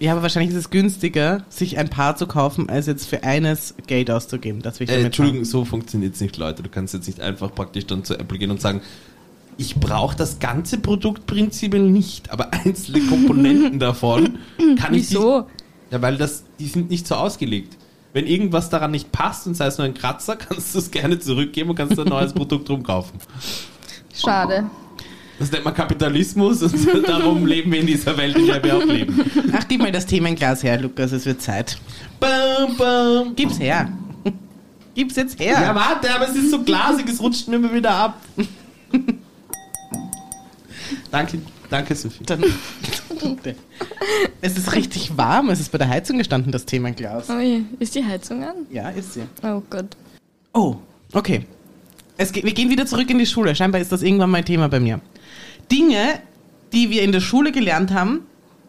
Ja, aber wahrscheinlich ist es günstiger, sich ein Paar zu kaufen, als jetzt für eines Geld auszugeben. Das will ich Äh, damit Entschuldigung, so funktioniert es nicht, Leute. Du kannst jetzt nicht einfach praktisch dann zu Apple gehen und sagen, ich brauche das ganze Produkt prinzipiell nicht, aber einzelne Komponenten davon kann ich Wieso? Die, ja, weil das, die sind nicht so ausgelegt. Wenn irgendwas daran nicht passt und sei es nur ein Kratzer, kannst du es gerne zurückgeben und kannst ein neues Produkt drum kaufen. Schade. Das nennt man Kapitalismus und darum leben wir in dieser Welt, in der wir auch leben. sagen. Ach, gib mal das Themenglas her, Lukas, es wird Zeit. Bam, bam. Gib's her. Gib's jetzt Ja. her. warte, aber es ist so glasig, es rutscht mir immer wieder ab. danke, danke, Sophie. Dann, es ist richtig warm, es ist bei der Heizung gestanden, das Themenglas. Ui, ist die Heizung an? Ja, ist sie. Oh Gott. Oh, okay. Es geht, wir gehen wieder zurück in die Schule. Scheinbar ist das irgendwann mal Thema bei mir. Dinge, die wir in der Schule gelernt haben,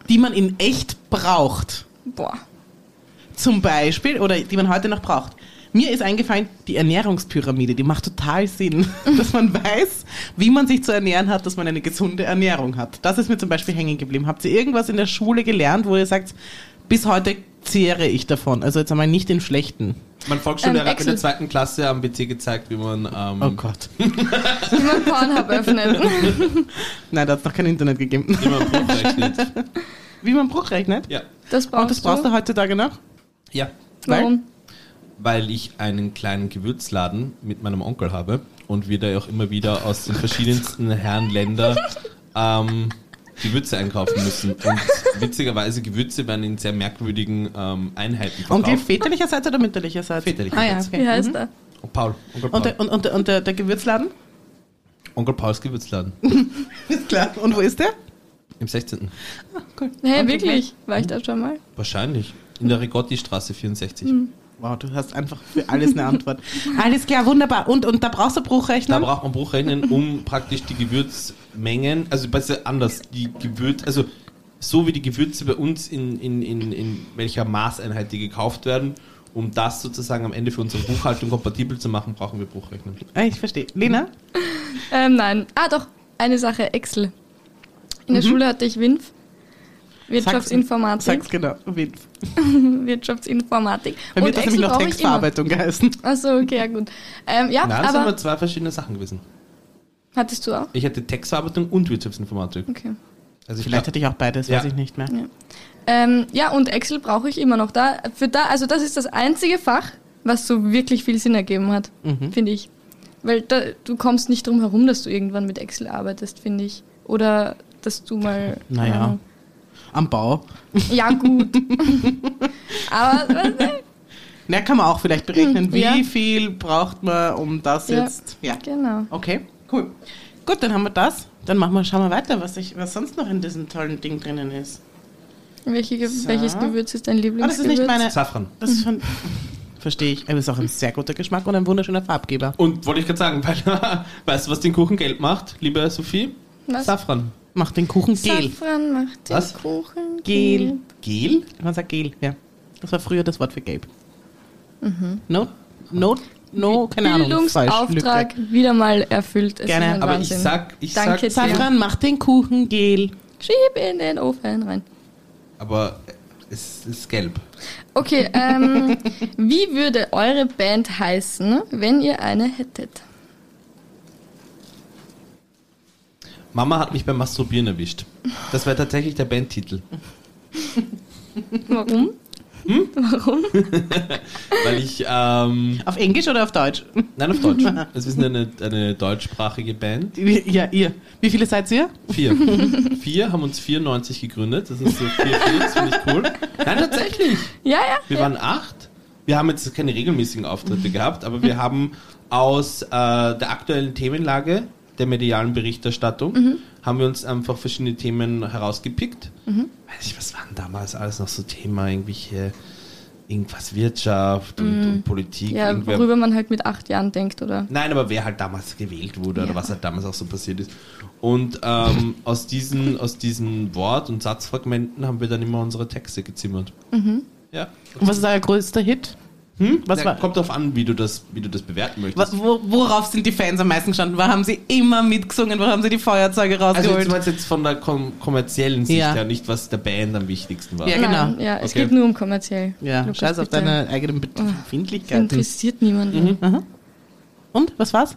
die man in echt braucht. Boah. Zum Beispiel, oder die man heute noch braucht. Mir ist eingefallen, die Ernährungspyramide, die macht total Sinn, dass man weiß, wie man sich zu ernähren hat, dass man eine gesunde Ernährung hat. Das ist mir zum Beispiel hängen geblieben. Habt ihr irgendwas in der Schule gelernt, wo ihr sagt, bis heute zehre ich davon? Also jetzt einmal nicht den schlechten. Mein Volksschullehrer Ähm, hat mir in der Excel. zweiten Klasse am BT gezeigt, wie man. Ähm, Oh Gott. Wie man Pornhub öffnet. Nein, da hat es noch kein Internet gegeben. wie man Bruch rechnet. Wie man Bruch rechnet? Ja. Das brauchst, Und das brauchst du halt, heutzutage noch? ja. Warum? Weil ich einen kleinen Gewürzladen mit meinem Onkel habe und wir da auch immer wieder aus den verschiedensten Herrenländer ähm, Gewürze einkaufen müssen. Und witzigerweise, Gewürze werden in sehr merkwürdigen ähm, Einheiten verkauft. Onkel väterlicherseits oder mütterlicherseits? Ah Väterlicherseits. ja, Wie okay. heißt er? Oh, Paul. Onkel Paul. Und, der, und, und, der- und der, der Gewürzladen? Onkel Pauls Gewürzladen. Ist klar. Und wo ist der? Im 16. Ah, cool. Hey, Und- wirklich? War ich Mhm. da schon mal? Wahrscheinlich. In der Rigotti-Straße 64. Wow, du hast einfach für alles eine Antwort. alles klar, wunderbar. Und, und da brauchst du Da Ne? Bruchrechner? braucht man Bruchrechnen, um praktisch die Gewürzmengen, also besser anders, die Gewürz, also so wie die Gewürze bei uns in, in, in, in welcher Maßeinheit die gekauft werden, um das sozusagen am Ende für unsere Buchhaltung kompatibel zu machen, brauchen wir Bruchrechnen. ah, ich verstehe. Lena? Ähm, nein. Ah, doch. Eine Sache. Excel. Mhm. In der Schule hatte ich WINF. Wirtschaftsinformatik. Sag's genau. Wen- Wirtschaftsinformatik. Bei mir hat das nämlich noch brauche ich immer. Textverarbeitung geheißen. Achso, okay, ja gut. Ähm, ja, Nein, das sind aber aber zwei verschiedene Sachen gewesen. hattest du auch? Ich hatte Textverarbeitung und Wirtschaftsinformatik. Okay. Also ich Vielleicht glaub- hatte ich auch beides, Ja. weiß ich nicht mehr. Ähm, ja, und Excel brauche ich immer noch da. Für da, also das ist das einzige Fach, was so wirklich viel Sinn ergeben hat, Mhm. finde ich. Weil da, du kommst nicht drum herum, dass du irgendwann mit Excel arbeitest, finde ich. Oder dass du mal. keine Naja. Ahnung. Am Bau. Ja, gut. Aber äh, weißt du, Na, kann man auch vielleicht berechnen, wie Ja. viel braucht man, um das Ja. jetzt. Hm, Ja. genau. Okay, cool. Gut, dann haben wir das. Dann machen wir, schauen wir weiter, was, ich, was sonst noch in diesem tollen Ding drinnen ist. Welche, Ge- So. Welches Gewürz ist dein Aber das ist nicht Lieblingsgewürz? meine. Safran. Das ist von, verstehe ich. Aber es ist auch ein sehr guter Geschmack und ein wunderschöner Farbgeber. Und wollte ich gerade sagen, weil, weißt du, was den Kuchen gelb macht, liebe Sophie? Was? Safran. Macht den Kuchen gel. Safran macht den Was? Kuchen Gel. gelb. Gel? Man sagt gel, ja. Das war früher das Wort für gelb. No, no, no, keine Ahnung. falsch, Lücke. Bildungsauftrag wieder mal erfüllt. Es Gerne. ist ein Aber Wahnsinn. ich sag, ich Danke, sag, Tim. Safran macht den Kuchen gel. Schieb in den Ofen rein. aber es ist gelb. Okay, ähm, wie würde eure Band heißen, wenn ihr eine hättet? Mama hat mich beim Masturbieren erwischt. Das wäre tatsächlich der Bandtitel. Warum? Hm? Warum? Weil ich, ähm, Auf Englisch oder auf Deutsch? nein, auf Deutsch. Es ist eine, eine deutschsprachige Band. ja, ihr. Wie viele seid ihr? Vier. Vier haben uns 94 gegründet. Das ist so vier, vier, das finde ich cool. Nein, tatsächlich. Ja, ja. Wir waren acht. Wir haben jetzt keine regelmäßigen Auftritte gehabt, aber wir haben aus äh, der aktuellen Themenlage der medialen Berichterstattung Mhm. haben wir uns einfach verschiedene Themen herausgepickt. Mhm. Weiß ich, was waren damals alles noch so Thema? Irgendwelche, irgendwas Wirtschaft und, und Politik. Mhm. Ja, irgendwer- worüber man halt mit acht Jahren denkt, oder? Nein, aber wer halt damals gewählt wurde oder Ja. was halt damals auch so passiert ist. Und ähm, Mhm. aus, diesen, aus diesen Wort- und Satzfragmenten haben wir dann immer unsere Texte gezimmert. Ja. Und was ist euer größter Hit? Hm? Was Na, war, kommt darauf an, wie du das, wie du das bewerten wa- möchtest. wo, worauf sind die Fans am meisten gestanden? Wo haben sie immer mitgesungen? Wo haben sie die Feuerzeuge Also jetzt rausgeholt? meinst du jetzt von der kom kommerziellen Sicht Ja. her, nicht was der Band am wichtigsten war. Ja, Nein, genau. ja, es Okay. geht nur um kommerziell. ja, Lukas, scheiß auf bitte. deine eigenen Be- Das Befindlichkeiten. interessiert niemanden. Mhm. Aha. Und, was war's?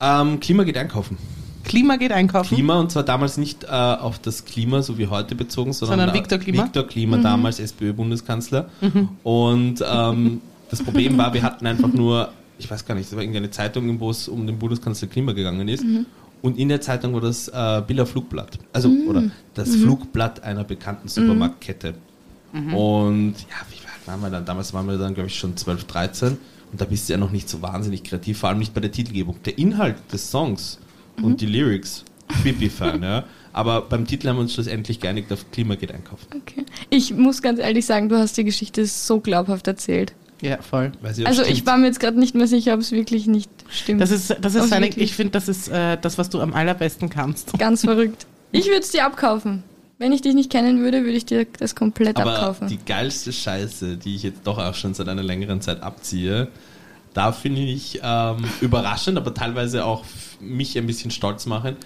Ähm, Klima geht einkaufen. Hm. Klima geht einkaufen. Klima und zwar damals nicht äh, auf das Klima, so wie heute bezogen, sondern, Sondern auf Viktor Klima? Mhm. Viktor Klima damals SPÖ-Bundeskanzler. Und ähm, das Problem war, wir hatten einfach nur, ich weiß gar nicht, es war irgendeine Zeitung, wo es um den Bundeskanzler Klima gegangen ist. Mhm. Und in der Zeitung war das äh, Biller Flugblatt, also Mhm. oder das Flugblatt einer bekannten Supermarktkette. Mhm. Und ja, wie alt waren wir dann? Damals waren wir dann, glaube ich, schon 12, 13. Und da bist du ja noch nicht so wahnsinnig kreativ, vor allem nicht bei der Titelgebung. Der Inhalt des Songs Mhm. und die Lyrics, Pipi-Fan, ja. Aber beim Titel haben wir uns schlussendlich geeinigt auf Klima geht einkaufen. Okay. Ich muss ganz ehrlich sagen, du hast die Geschichte so glaubhaft erzählt. Ja, voll. Weiß ich, ob also stimmt. ich war mir jetzt gerade nicht mehr sicher, ob es wirklich nicht stimmt. Das ist, das ist Also seine, wirklich. ich finde, das ist äh, das, was du am allerbesten kannst. ganz verrückt. Ich würde es dir abkaufen. Wenn ich dich nicht kennen würde, würde ich dir das komplett Aber abkaufen. die geilste Scheiße, die ich jetzt doch auch schon seit einer längeren Zeit abziehe, da finde ich ähm, überraschend, aber teilweise auch f- mich ein bisschen stolz machen,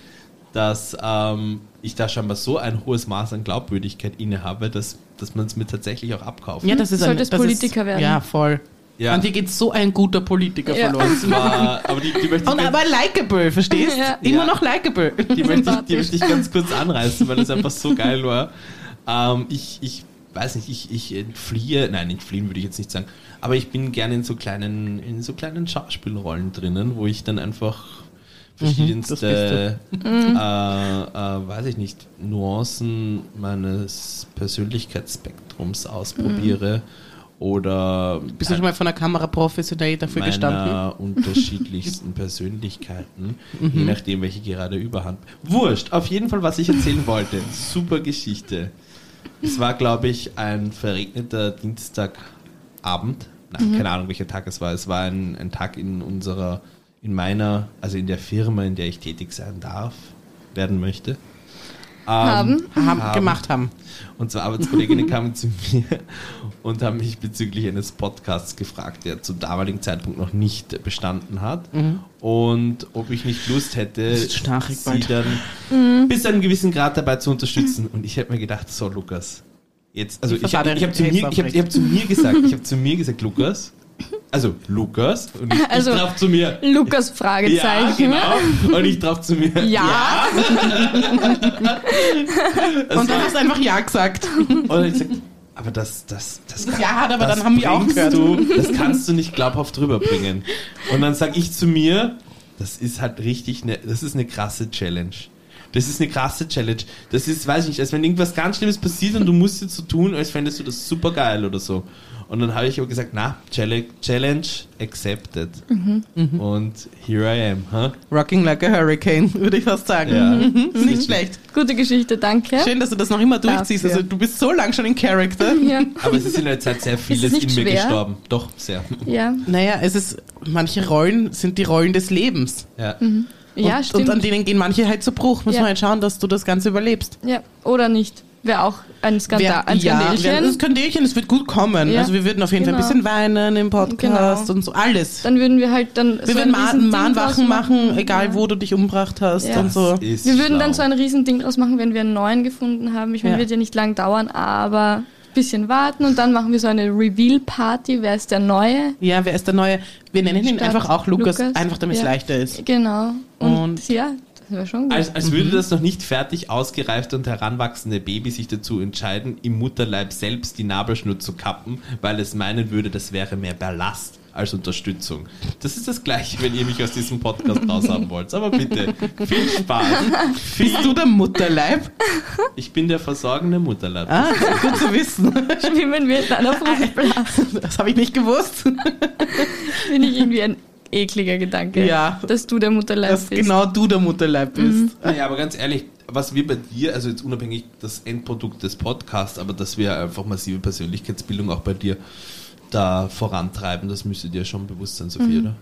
dass ähm, ich da scheinbar so ein hohes Maß an Glaubwürdigkeit innehabe, dass, dass man es mir tatsächlich auch abkauft. Ja, das ist Du ein, solltest das Politiker ist, werden. Ja, voll. Ja. Und dir geht so ein guter Politiker Ja. verloren. Das war, aber die, die möchte ich Und ganz- aber likeable, verstehst? Ja. Immer Ja. noch likeable. die möchte, ich, die Sympathisch. möchte ich ganz kurz anreißen, weil es einfach so geil war. Ähm, ich, ich weiß nicht, ich, ich entfliehe, nein, entfliehen würde ich jetzt nicht sagen, aber ich bin gerne in so kleinen, in so kleinen Schauspielrollen drinnen, wo ich dann einfach Mhm, verschiedenste, äh, äh, weiß ich nicht, Nuancen meines Persönlichkeitsspektrums ausprobiere oder Mhm. Bist du schon mal von der Kamera professionell dafür gestanden? Mhm. meiner unterschiedlichsten Persönlichkeiten, je nachdem, welche gerade überhand. Wurscht, auf jeden Fall, was ich erzählen wollte. Super Geschichte. Es war, glaube ich, ein verregneter Dienstagabend. Mhm. Nein, Keine Ahnung, welcher Tag es war. Es war ein, ein Tag in unserer, in meiner, also in der Firma, in der ich tätig sein darf, werden möchte. Ähm, Haben? Haben, Haben. Gemacht haben. und zwei Arbeitskolleginnen kamen zu mir und haben mich bezüglich eines Podcasts gefragt, der zum damaligen Zeitpunkt noch nicht bestanden hat. Und ob ich nicht Lust hätte, Mhm. ist schnarchig sie bald. dann Mhm. bis zu einem gewissen Grad dabei zu unterstützen. Und ich hätte mir gedacht, so Lukas, jetzt, also Die ich, ich habe Fassade hab zu, hält mir- ich hab, ich hab zu mir gesagt, ich habe zu mir gesagt, Lukas, also Lukas, und ich, Also, ich drauf zu mir, Lukas ja, Fragezeichen. genau, und ich drauf zu mir, Ja. Es Und dann war- hast du einfach Ja gesagt. Und dann hab ich gesagt, aber das, das, das, Das Ja hat, aber dann haben wir auch bringst gehört. Du, das kannst du nicht glaubhaft rüberbringen. Und dann sag ich zu mir, das ist halt richtig, ne, das ist eine krasse Challenge. Das ist eine krasse Challenge. Das ist, weiß ich nicht, als wenn irgendwas ganz Schlimmes passiert und du musst jetzt so tun, als fändest du das super geil oder so. Und dann habe ich aber gesagt, na, Challenge, Challenge accepted. Und here I am. Huh? Rocking like a Hurricane, würde ich fast sagen. Ja. Mhm. Nicht schlecht. Gute Geschichte, danke. Schön, dass du das noch immer Dafür. durchziehst. Also du bist so lang schon in Character. Ja. Aber es ist in der Zeit sehr vieles nicht in mir schwer? Mhm. gestorben. Doch, sehr. Ja. Naja, es ist, manche Rollen sind die Rollen des Lebens. Ja. ja, und, stimmt. und an denen gehen manche halt zu Bruch. Muss Ja. man halt schauen, dass du das Ganze überlebst. ja. Oder nicht. Wäre auch ein Skandal. Wer- ein ja, Skandalchen. wer- das Skandelchen, es wird gut kommen. Ja. Also wir würden auf jeden Fall ein Genau. bisschen weinen im Podcast Genau. und so alles. dann würden wir halt dann. wir würden Ma Mahnwachen machen, egal ja. wo du dich umgebracht hast Ja. und so. Ist Wir würden dann schlau. so ein Riesending draus machen, wenn wir einen neuen gefunden haben. Ich meine, Ja. wird ja nicht lang dauern, aber ein bisschen warten und dann machen wir so eine Reveal-Party. Wer ist der Neue? Ja, wer ist der Neue? Wir nennen ihn Statt einfach auch Lukas, Lukas. einfach damit es Ja. leichter ist. Genau. Und, Und- Also- ja, das wäre schon gut. Als, als würde das noch nicht fertig ausgereifte und heranwachsende Baby sich dazu entscheiden, im Mutterleib selbst die Nabelschnur zu kappen, weil es meinen würde, das wäre mehr Ballast als Unterstützung. Das ist das Gleiche, wenn ihr mich aus diesem Podcast raushaben wollt. Aber bitte, viel Spaß. Viel, Bist du der Mutterleib? ich bin der versorgende Mutterleib. Ah, gut zu wissen. Schwimmen wir in einer Fruchtblase. Das habe ich nicht gewusst. Finde ich irgendwie ein ekliger Gedanke. Ja. Dass du der Mutterleib Dass bist. genau du der Mutterleib bist. Naja, aber ganz ehrlich, was wir bei dir, also jetzt unabhängig das Endprodukt des Podcasts, aber dass wir einfach massive Persönlichkeitsbildung auch bei dir da vorantreiben, das müsste dir schon bewusst sein, Sophie, oder?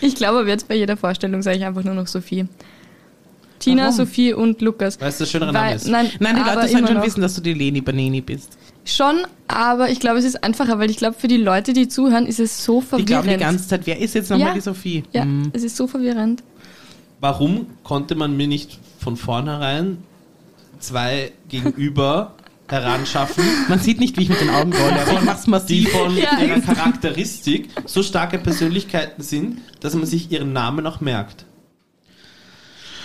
Ich glaube, aber jetzt bei jeder Vorstellung sage ich einfach nur noch Sophie. Tina, Warum? Sophie und Lukas. Weil es das schönere Name ist. Nein, Nein, die Mhm. aber Leute sollen immer schon noch. wissen, dass du die Leni Banini bist. Schon, aber ich glaube, es ist einfacher, weil ich glaube, für die Leute, die zuhören, ist es so Die verwirrend. glauben die ganze Zeit, wer ist jetzt nochmal Ja. die Sophie? ja, Hm. es ist so verwirrend. Warum konnte man mir nicht von vornherein zwei gegenüber heranschaffen, Man sieht nicht, wie ich mit den Augen rolle, aber ich mach's die massiv. von Ja. ihrer Charakteristik so starke Persönlichkeiten sind, dass man sich ihren Namen auch merkt?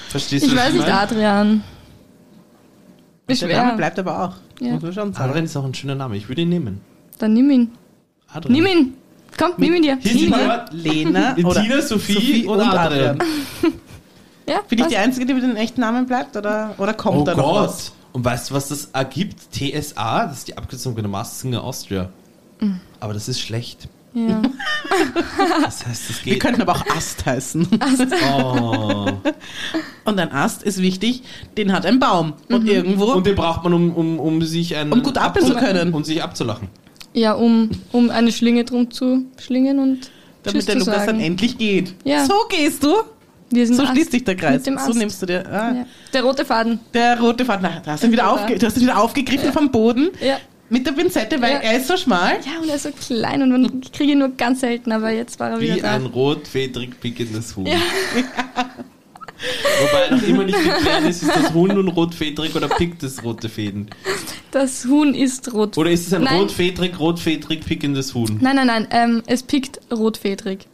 Verstehst du Ich was weiß nicht, meine? Adrian. Ist Der Name schwer. bleibt aber auch. Ja. Muss man schon sagen. Adrian ist auch ein schöner Name, ich würde ihn nehmen. Dann nimm ihn. Adrian. Nimm ihn. Komm, nimm ihn dir. Hier Nimm ihn sind dir. wir. Lena In oder Tina, Sophie und Adrian. Ja, Bin ich passt. die Einzige, die mit dem echten Namen bleibt oder, oder kommt Oh da noch Gott. was? Und weißt du, was das ergibt? TSA, das ist die Abkürzung von der Masked Singer Austria. Aber das ist schlecht. Ja. Das heißt, es Wir geht. könnten aber auch Ast heißen. Oh. Und ein Ast ist wichtig, den hat ein Baum. Mhm. Und irgendwo. Und den braucht man, um, um, um sich einen. Um gut atmen zu abzu- können. Um sich abzulachen. Ja, um, um eine Schlinge drum zu schlingen und Tschüss damit der zu Lukas dann sagen. endlich geht. Ja. So gehst du, Wir sind so Ast schließt sich der Kreis. Mit dem So Ast. nimmst du dir. Ah, ja. Der rote Faden. Der rote Faden, na, da hast du ihn wieder, Ja. aufge du hast ihn wieder aufgegriffen vom Boden Ja. mit der Pinzette, weil Ja. er ist so schmal. Ja, und er ist so klein und man ich kriege ihn nur ganz selten, aber jetzt war er wieder Wie da. ein rotfedrig pickendes Huhn. Wobei noch immer nicht geklärt ist, ist das Huhn nun rotfedrig oder pickt es rote Fäden? Das Huhn ist rot. Oder ist es ein Nein. rotfedrig, rotfedrig pickendes Huhn? Nein, nein, nein, ähm, es pickt rotfedrig.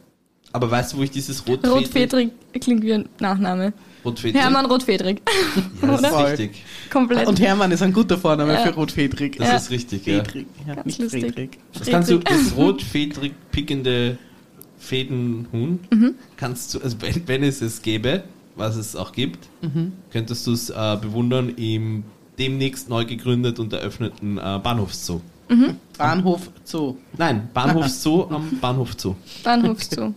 Aber weißt du, wo ich dieses rotfedrig. Rotfedrig klingt wie ein Nachname. rotfedrig Hermann Rotfedrig. Ja, das Voll. ist richtig. Komplett. Und Hermann ist ein guter Vorname Ja. für Rotfedrig. Das Ja. ist richtig, ja. Fedrig, ja, Ganz nicht lustig. Fredrik. Das kannst du, Fedrig. das rotfedrig pickende Fädenhuhn, kannst du, also wenn, wenn es es gäbe, was es auch gibt, könntest du es äh, bewundern im demnächst neu gegründet und eröffneten äh, Bahnhofszoo. Bahnhof Zoo. Nein, Bahnhofszoo am Bahnhof Zoo. Bahnhof zu. Und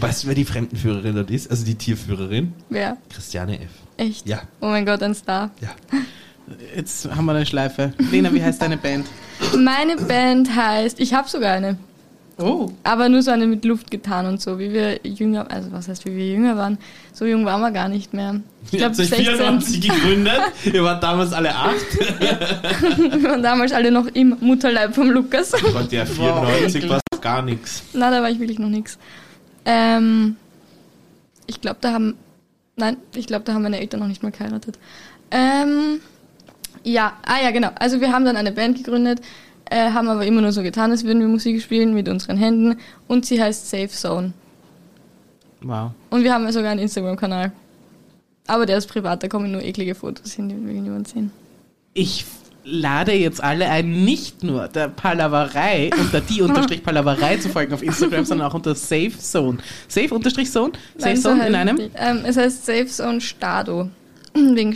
Weißt du, wer die Fremdenführerin dort ist? Also die Tierführerin? Wer? Christiane F. Echt? Ja. Oh mein Gott, ein Star. Ja. Jetzt haben wir eine Schleife. Lena, wie heißt deine Band? Meine Band heißt, ich habe sogar eine, Oh, aber nur so eine mit Luft getan und so, wie wir jünger, also was heißt, wie wir jünger waren, so jung waren wir gar nicht mehr. Ich Ihr glaube habt euch 16, 94 gegründet. Ihr wart damals alle acht. wir waren damals alle noch im Mutterleib vom Lukas. Gott, ja, 94 Wow. war gar nichts. Na, da war ich wirklich noch nix. Ähm, ich glaube, da haben. Nein, ich glaube, da haben meine Eltern noch nicht mal geheiratet. Ähm, ja, ah ja, genau. Also wir haben dann eine Band gegründet, äh, haben aber immer nur so getan, als würden wir Musik spielen mit unseren Händen. Und sie heißt Safe Zone. wow. Und wir haben sogar einen Instagram-Kanal. Aber der ist privat, da kommen nur eklige Fotos hin, die will niemand sehen. Ich lade jetzt alle ein, nicht nur der Palaverei unter die unterstrich Palaverei zu folgen auf Instagram, sondern auch unter Safe Zone. Safe unterstrich Zone? Safe Nein, so Zone in heißt- einem? Ähm, es heißt Safe Zone Stado. Wegen, Wegen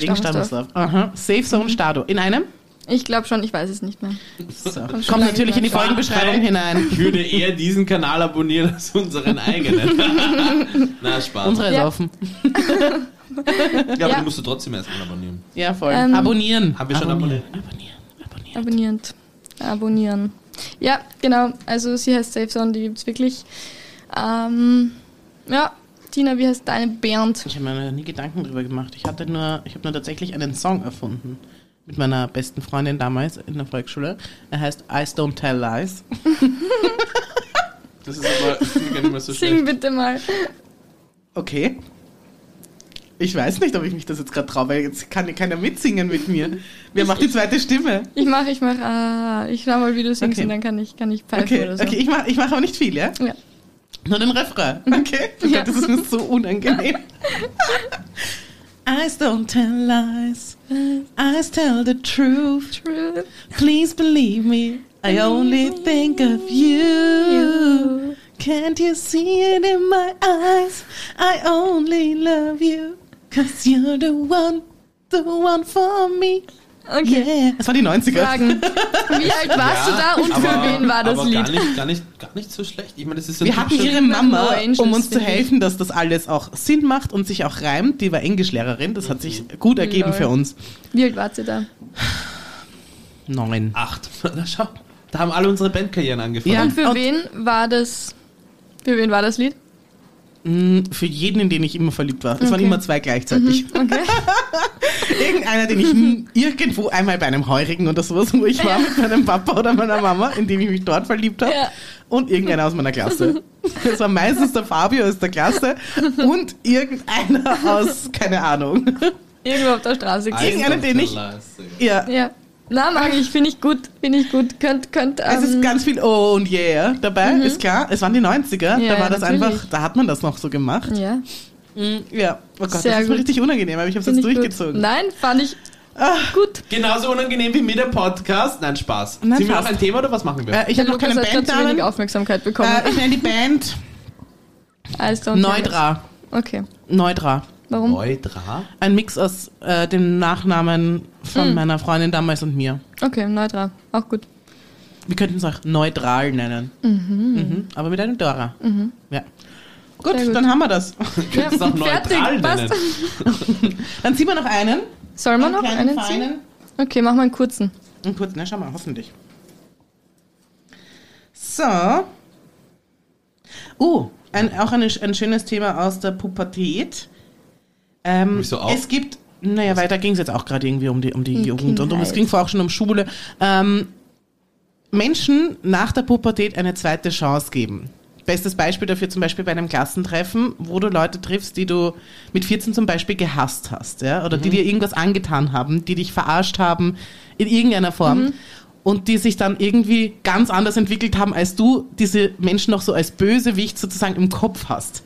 Stammesdorf. Stammersdorf. Aha. Safe Mhm. Zone Stado. In einem? Ich glaube schon, ich weiß es nicht mehr. So. Kommt Kommt schon natürlich in die langsam. Folgenbeschreibung hinein. Ich würde eher diesen Kanal abonnieren als unseren eigenen. Na, Spaß. Unsere ist Ja. offen. ja, aber Ja. du musst du trotzdem erstmal abonnieren. Ja, voll. Ähm, abonnieren. Haben wir schon abonnieren. Abonnieren. abonnieren. Abonniert. Abonnieren. Ja, genau. Also sie heißt Safe Zone, die gibt's wirklich. Ähm, ja, Tina, wie heißt deine Bernd? Ich habe mir nie Gedanken drüber gemacht. Ich hatte nur, ich habe nur tatsächlich einen Song erfunden mit meiner besten Freundin damals in der Volksschule. Er heißt Eyes Don't Tell Lies. Das ist aber das klingt gar nicht mehr so Sing schlecht. bitte mal. Okay. Ich weiß nicht, ob ich mich das jetzt gerade traue, weil jetzt kann keiner mitsingen mit mir. Wer macht die zweite Stimme? Ich mache, ich mache. Ah, ich schau mal, wie du singst Okay. und dann kann ich, kann ich pfeifen Okay, oder so. okay ich mache ich mach aber nicht viel, ja? Ja. Nur den Refrain. Okay? Oh Ja. Gott, das ist mir so unangenehm. Eyes don't tell lies. Eyes tell the truth. True. Please believe me, I only think of you. Can't you see it in my eyes? I only love you, cause you're the one, the one for me. Okay. Yeah. Das war die 90er. Fragen. Wie alt warst Ja, du da und aber- für wen war das aber Gar Lied? nicht, gar, nicht, gar nicht so schlecht. Ich meine, das ist ja Wir hatten schon- ihre nach No Mama, Angels, um uns zu finde ich. helfen, dass das alles auch Sinn macht und sich auch reimt. Die war Englischlehrerin, das hat sich gut ergeben Lol. für uns. Wie alt warst du da? Neun. acht. Na, schau. Da haben alle unsere Bandkarrieren angefangen. Ja. Und für Und- wen war das? Für wen war das Lied? Für jeden, in den ich immer verliebt war. Es waren immer zwei gleichzeitig. Mhm. Irgendeiner, den ich n- irgendwo einmal bei einem Heurigen oder sowas, wo ich war, mit meinem Papa oder meiner Mama, in den ich mich dort verliebt habe. Ja. Und irgendeiner aus meiner Klasse. Das war meistens der Fabio aus der Klasse und irgendeiner aus, keine Ahnung. Irgendwo auf der Straße gesehen. Irgendeinen, den ich- Ja. Ja. Na, mag ich, finde ich gut, finde ich gut. Könnt, könnt, Es ist ähm, Mhm. ganz viel Oh und Yeah dabei, ist klar. Es waren die 90er, Ja, da war das natürlich. einfach, da hat man das noch so gemacht. ja, Mm, Ja, oh Gott, Sehr das ist mir gut. richtig unangenehm, aber ich habe es finde jetzt ich durchgezogen. Gut. Nein, fand ich gut. Genauso unangenehm wie mir der Podcast. Nein, Spaß. Nein, Sind wir passt. noch ein Thema oder was machen wir? Äh, ich habe noch Lukas keinen hat grad zu Bandnamen. wenig Aufmerksamkeit bekommen. Äh, ich nenne die Band I don't Neudra. care. Okay. Neudra. Warum? Neudra? Ein Mix aus äh, dem Nachnamen von meiner Freundin damals und mir. Okay, Neudra. Auch gut. Wir könnten es auch neutral nennen. Mhm, aber mit einem Dora. Ja. Gut, Sehr gut. dann haben wir das. Ja, Ist doch neutral passt. nennen. Dann ziehen wir noch einen. Soll man noch einen ziehen? feinen. Okay, machen wir einen kurzen. Und kurz, na schau mal, hoffentlich. So. Oh, ein, auch eine, ein schönes Thema aus der Pubertät. Ähm, Wieso auch? Es gibt, naja, weiter ging es jetzt auch gerade irgendwie um die, um die Die Jugend und um, es Kindheit. ging vorher auch schon um Schule. Ähm, Menschen nach der Pubertät eine zweite Chance geben. Bestes Beispiel dafür zum Beispiel bei einem Klassentreffen, wo du Leute triffst, die du mit 14 zum Beispiel gehasst hast, ja, oder die dir irgendwas angetan haben, die dich verarscht haben in irgendeiner Form und die sich dann irgendwie ganz anders entwickelt haben, als du diese Menschen noch so als Bösewicht sozusagen im Kopf hast.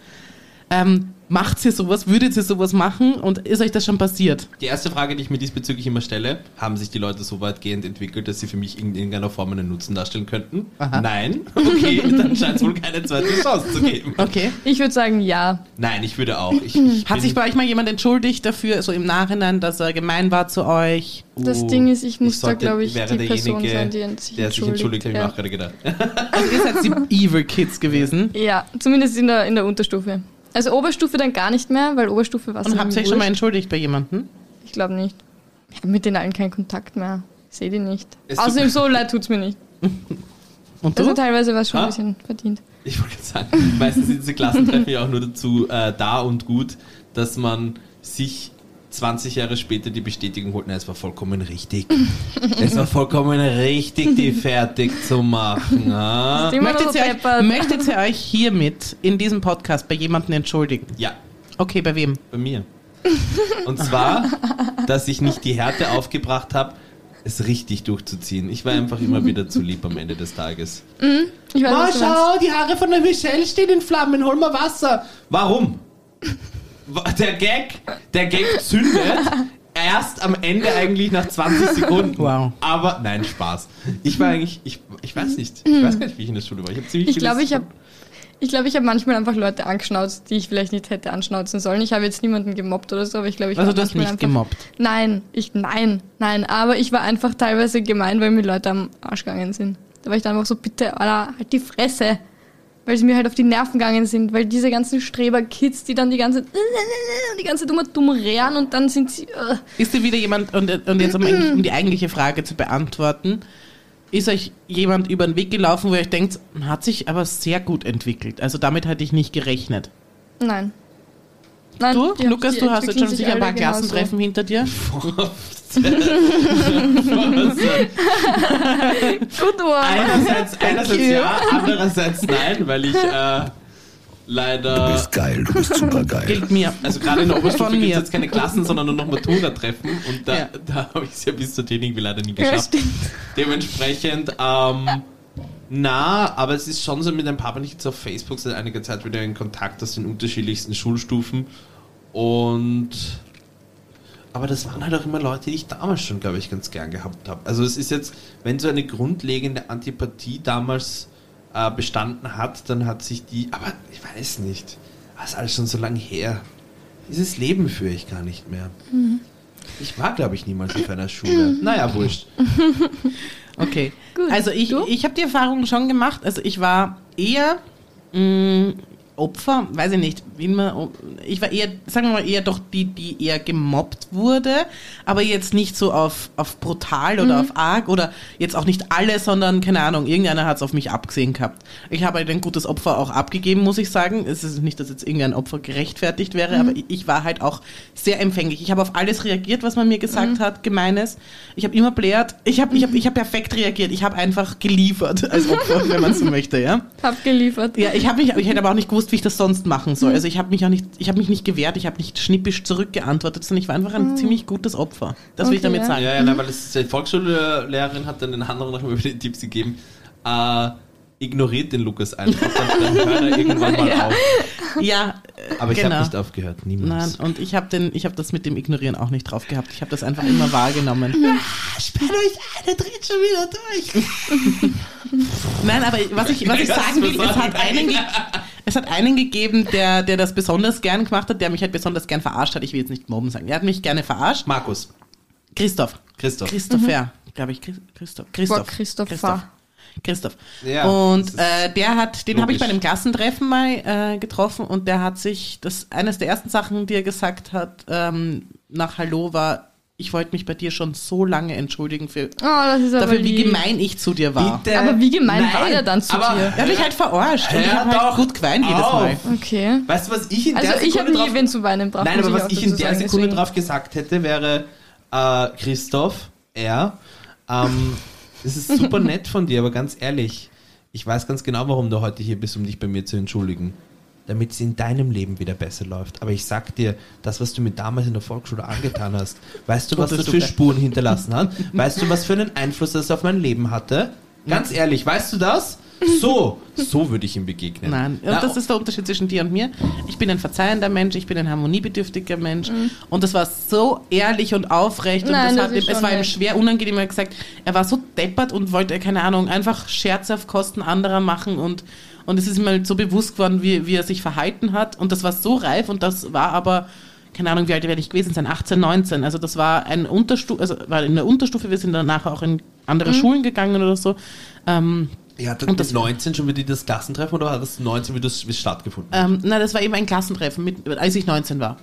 Ähm, macht ihr sowas? Würdet ihr sowas machen? Und ist euch das schon passiert? Die erste Frage, die ich mir diesbezüglich immer stelle, haben sich die Leute so weitgehend entwickelt, dass sie für mich in irgendeiner Form einen Nutzen darstellen könnten? Aha. Nein? Okay, dann scheint es wohl keine zweite Chance zu geben. Okay. Ich würde sagen, ja. Nein, ich würde auch. Ich, ich Hat bin- sich bei euch mal jemand entschuldigt dafür, so im Nachhinein, dass er gemein war zu euch? Das Oh, Ding ist, ich muss da, sollte- glaub ich, wäre die Person derjenige, sein, die sich der sich entschuldigt, entschuldigt, habe ich ja. mir auch gerade gedacht. Ihr seid die Evil Kids gewesen. Ja, zumindest in der, in der Unterstufe. Also Oberstufe dann gar nicht mehr, weil Oberstufe war es Und habt ihr euch schon mal wurscht. entschuldigt bei jemandem? Ich glaube nicht. Ich habe mit den allen keinen Kontakt mehr. Ich sehe die nicht. Es tut- Außerdem so leid tut's mir nicht. Und du? Also Ah. teilweise war es schon Ha? ein bisschen verdient. Ich wollte gerade sagen, meistens sind diese Klassentreffen ja auch nur dazu äh, da und gut, dass man sich 20 Jahre später die Bestätigung holt, nein, es war vollkommen richtig. es war vollkommen richtig, die fertig zu machen. Ha? Immer noch Ah. Möchtet ihr, euch, peppert. möchtet ihr euch hiermit in diesem Podcast bei jemandem entschuldigen? Ja, Okay, bei wem? bei mir. Und zwar, dass ich nicht die Härte aufgebracht habe, es richtig durchzuziehen. Ich war einfach immer wieder zu lieb am Ende des Tages. Ich weiß, was du meinst. die Haare von der Michelle stehen in Flammen, hol mal Wasser. Warum? Wa- Der Gag, der Gag zündet erst am Ende eigentlich nach 20 Sekunden. Wow. Aber nein, Spaß. Ich war eigentlich, ich, ich weiß nicht, ich weiß gar nicht, wie ich in der Schule war. Ich habe ziemlich Ich glaube, ich vieles- habe ich glaub, ich hab manchmal einfach Leute angeschnauzt, die ich vielleicht nicht hätte anschnauzen sollen. Ich habe jetzt niemanden gemobbt oder so, aber ich glaube, ich Also war du hast manchmal nicht einfach, gemobbt. Nein, ich, nein, nein. Aber ich war einfach teilweise gemein, weil mir Leute am Arsch gegangen sind. Da war ich dann einfach so, bitte, Alter, halt die Fresse. Weil sie mir halt auf die Nerven gegangen sind. Weil diese ganzen Streber-Kids, die dann die ganze Zeit, und die ganze Zeit immer dumm rehren und dann sind sie, äh, Ist dir wieder jemand, und, und jetzt um, eigentlich- um die eigentliche Frage zu beantworten, ist euch jemand über den Weg gelaufen, wo ihr euch denkt, hat sich aber sehr gut entwickelt. Also damit hatte ich nicht gerechnet. nein. Nein, Du, die- Lukas, die du hast jetzt entwickeln schon sich sicher ein alle paar genauso. Klassentreffen hinter dir. Gut, Ohr. Einerseits, einerseits ja, andererseits nein, weil ich äh, Du leider. bist geil, du bist super geil. Gilt mir. Also gerade in der Oberstufe Von gibt es mir. jetzt keine Klassen, sondern nur noch Matura-Treffen und da, Ja. da habe ich es ja bis zur Training leider nie Ja, geschafft. stimmt. Dementsprechend, ähm, na, aber es ist schon so, mit ein paar bin ich jetzt auf Facebook seit einiger Zeit wieder in Kontakt aus den unterschiedlichsten Schulstufen und aber das waren halt auch immer Leute, die ich damals schon, glaube ich, ganz gern gehabt habe. Also es ist jetzt, wenn so eine grundlegende Antipathie damals äh, bestanden hat, dann hat sich die, aber ich weiß nicht, das ist alles schon so lange her. Dieses Leben führe ich gar nicht mehr. Ich war, glaube ich, niemals auf einer Schule. Naja, wurscht. Okay. Gut. Also ich, Du? ich habe die Erfahrung schon gemacht. Also ich war eher mh, Opfer, weiß ich nicht, wen man, ich war eher, sagen wir mal, eher doch die, die eher gemobbt wurde, aber jetzt nicht so auf, auf brutal oder auf arg oder jetzt auch nicht alle, sondern keine Ahnung, irgendeiner hat es auf mich abgesehen gehabt. Ich habe halt ein gutes Opfer auch abgegeben, muss ich sagen. Es ist nicht, dass jetzt irgendein Opfer gerechtfertigt wäre, aber ich- ich war halt auch sehr empfänglich. Ich habe auf alles reagiert, was man mir gesagt hat, gemeines. Ich habe immer blärt, ich habe ich hab, ich hab perfekt reagiert, ich habe einfach geliefert als Opfer, wenn man so möchte, ja. Hab geliefert. Ja, ich habe mich, ich hätte aber auch nicht gewusst, wie ich das sonst machen soll. Also ich habe mich auch nicht, ich habe mich nicht gewehrt, ich habe nicht schnippisch zurückgeantwortet, sondern ich war einfach ein ziemlich gutes Opfer. Das will ich Okay, damit ja. sagen. Ja, ja, nein, weil es, die Volksschullehrerin hat dann den anderen nochmal über die Tipps gegeben. Äh, ignoriert den Lukas einfach, dann, dann hört er irgendwann mal auf. Ja, Aber ich Genau. habe nicht aufgehört, nein, niemals. und ich habe den, ich habe das mit dem Ignorieren auch nicht drauf gehabt. Ich habe das einfach immer wahrgenommen. Ah, Sperrt euch eine, dreht schon wieder durch. Nein, aber was ich, was ich Ja, sagen das will, war es hat einen, ge es hat einen gegeben, der, der das besonders gern gemacht hat, der mich halt besonders gern verarscht hat. Ich will jetzt nicht mobben sagen. Er hat mich gerne verarscht. Markus, Christoph. Christoph. Christopher, glaube ich. Chris- Christoph. Christoph. Boah, Mhm. Christopher. Christoph. Ja, und das ist äh, der hat, den habe ich bei logisch. einem Klassentreffen mal äh, getroffen und der hat sich, das eines der ersten Sachen, die er gesagt hat, ähm, nach Hallo war, ich wollte mich bei dir schon so lange entschuldigen für, Oh, das ist aber dafür, wie lieb. gemein ich zu dir war. Aber wie gemein war er dann zu aber- dir? Er hat mich halt verarscht und ich Hör habe halt doch gut geweint jedes auf. Mal. Okay. Weißt du, was ich in Also der ich habe Sekunde nie drauf wen zu weinen braucht. Nein, aber was ich in der Sekunde drauf drauf gesagt hätte, wäre äh, Christoph, er. Ähm, es ist super nett von dir, aber ganz ehrlich, ich weiß ganz genau, warum du heute hier bist, um dich bei mir zu entschuldigen. Damit es in deinem Leben wieder besser läuft. Aber ich sag dir, das, was du mir damals in der Volksschule angetan hast, weißt du, was das Konntest du für be- Spuren hinterlassen hat? Weißt du, was für einen Einfluss das auf mein Leben hatte? Ganz ehrlich, weißt du das? So, so würde ich ihm begegnen. Nein, und Na, das ist der Unterschied zwischen dir und mir. Ich bin ein verzeihender Mensch, ich bin ein harmoniebedürftiger Mensch. Und das war so ehrlich und aufrecht. Und das Nein, das hat ist ihm, es schon war ihm nett. schwer unangenehm. Er hat gesagt, er war so deppert und wollte, keine Ahnung, einfach Scherze auf Kosten anderer machen. Und, und es ist ihm halt so bewusst geworden, wie, wie er sich verhalten hat. Und das war so reif und das war aber. Keine Ahnung, wie alt werde ich gewesen sein? 18, 19. Also das war ein Unterstufe, also war in der Unterstufe, wir sind danach auch in andere Schulen gegangen oder so. Ähm, Ja, das, Und das- mit 19 schon wieder das Klassentreffen oder hat das 19 wieder das- wie es stattgefunden? Ähm, na, das war eben ein Klassentreffen, mit, als ich 19 war.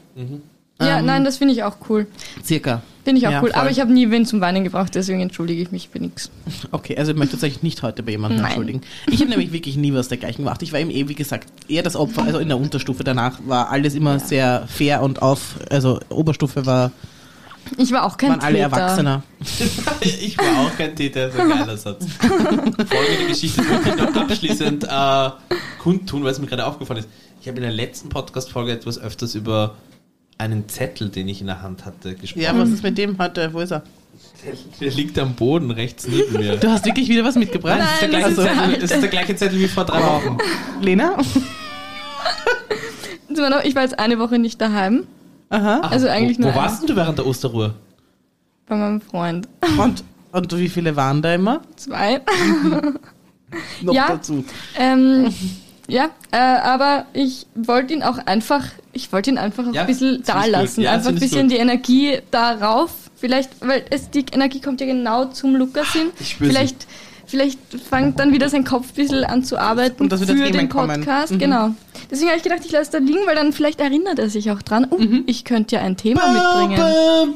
Ja, Ähm, nein, das finde ich auch cool. Circa. Finde ich auch Ja, cool. Aber voll. ich habe nie wen zum Weinen gebraucht, deswegen entschuldige ich mich für nichts. Okay, also ich möchte tatsächlich nicht heute bei jemandem Nein. entschuldigen. Ich habe nämlich wirklich nie was dergleichen gemacht. Ich war eben eh, wie gesagt, eher das Opfer. Also in der Unterstufe danach war alles immer sehr fair und auf. Also Oberstufe war, Ich war auch kein waren alle Täter. Erwachsener. ich war auch kein Täter, das ist ein geiler Satz. Folgende Geschichte möchte ich noch abschließend äh, kundtun, weil es mir gerade aufgefallen ist. Ich habe in der letzten Podcast-Folge etwas öfters über einen Zettel, den ich in der Hand hatte, gesprochen. Ja, was ist mit dem heute? Wo ist er? Der liegt am Boden rechts neben mir. Du hast wirklich wieder was mitgebracht? Nein, Das ist der gleiche das ist also, Zettel- das ist der gleiche Zettel wie vor drei Wochen. Lena? Sind wir noch- Ich war jetzt eine Woche nicht daheim Aha. Also eigentlich Ah, wo, nur Wo einer. warst denn du während der Osterruhe? bei meinem Freund. Und, und wie viele waren da immer? Zwei. Noch Ja. dazu. Ähm, ja, äh, aber ich wollte ihn auch einfach, ich wollte ihn einfach auch Ja, ein bisschen find ich da gut. lassen. Ja, einfach ein find ich bisschen gut. die Energie darauf. Vielleicht, weil es, die Energie kommt ja genau zum Lukas hin. Ich spür sie. vielleicht, vielleicht fängt dann wieder sein Kopf ein bisschen an zu arbeiten Und das wird für jetzt eh den mein Kommen. Podcast. Mhm. Genau. Deswegen habe ich gedacht, ich lasse da liegen, weil dann vielleicht erinnert er sich auch dran. Oh, Mhm. ich könnte ja ein Thema mitbringen.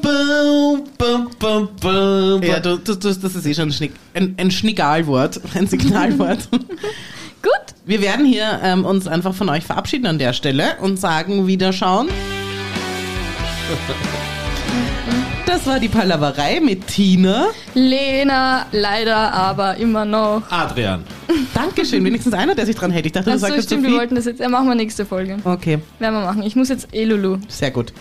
Bum, bum, bum, bum, bum, bum. Ja, du, du, du, das ist eh schon ein, Schnick, ein, ein Schnigalwort, ein Signalwort. Gut. Wir werden hier ähm, uns einfach von euch verabschieden an der Stelle und sagen Wiederschauen. Das war die Palaverei mit Tina. Lena, leider aber immer noch. Adrian. Dankeschön, wenigstens einer, der sich dran hält. Ich dachte, du Achso, sagst stimmt, wir zu viel. wollten das jetzt. Ja, machen wir nächste Folge. Okay, Werden wir machen. Ich muss jetzt eh Lulu. sehr gut.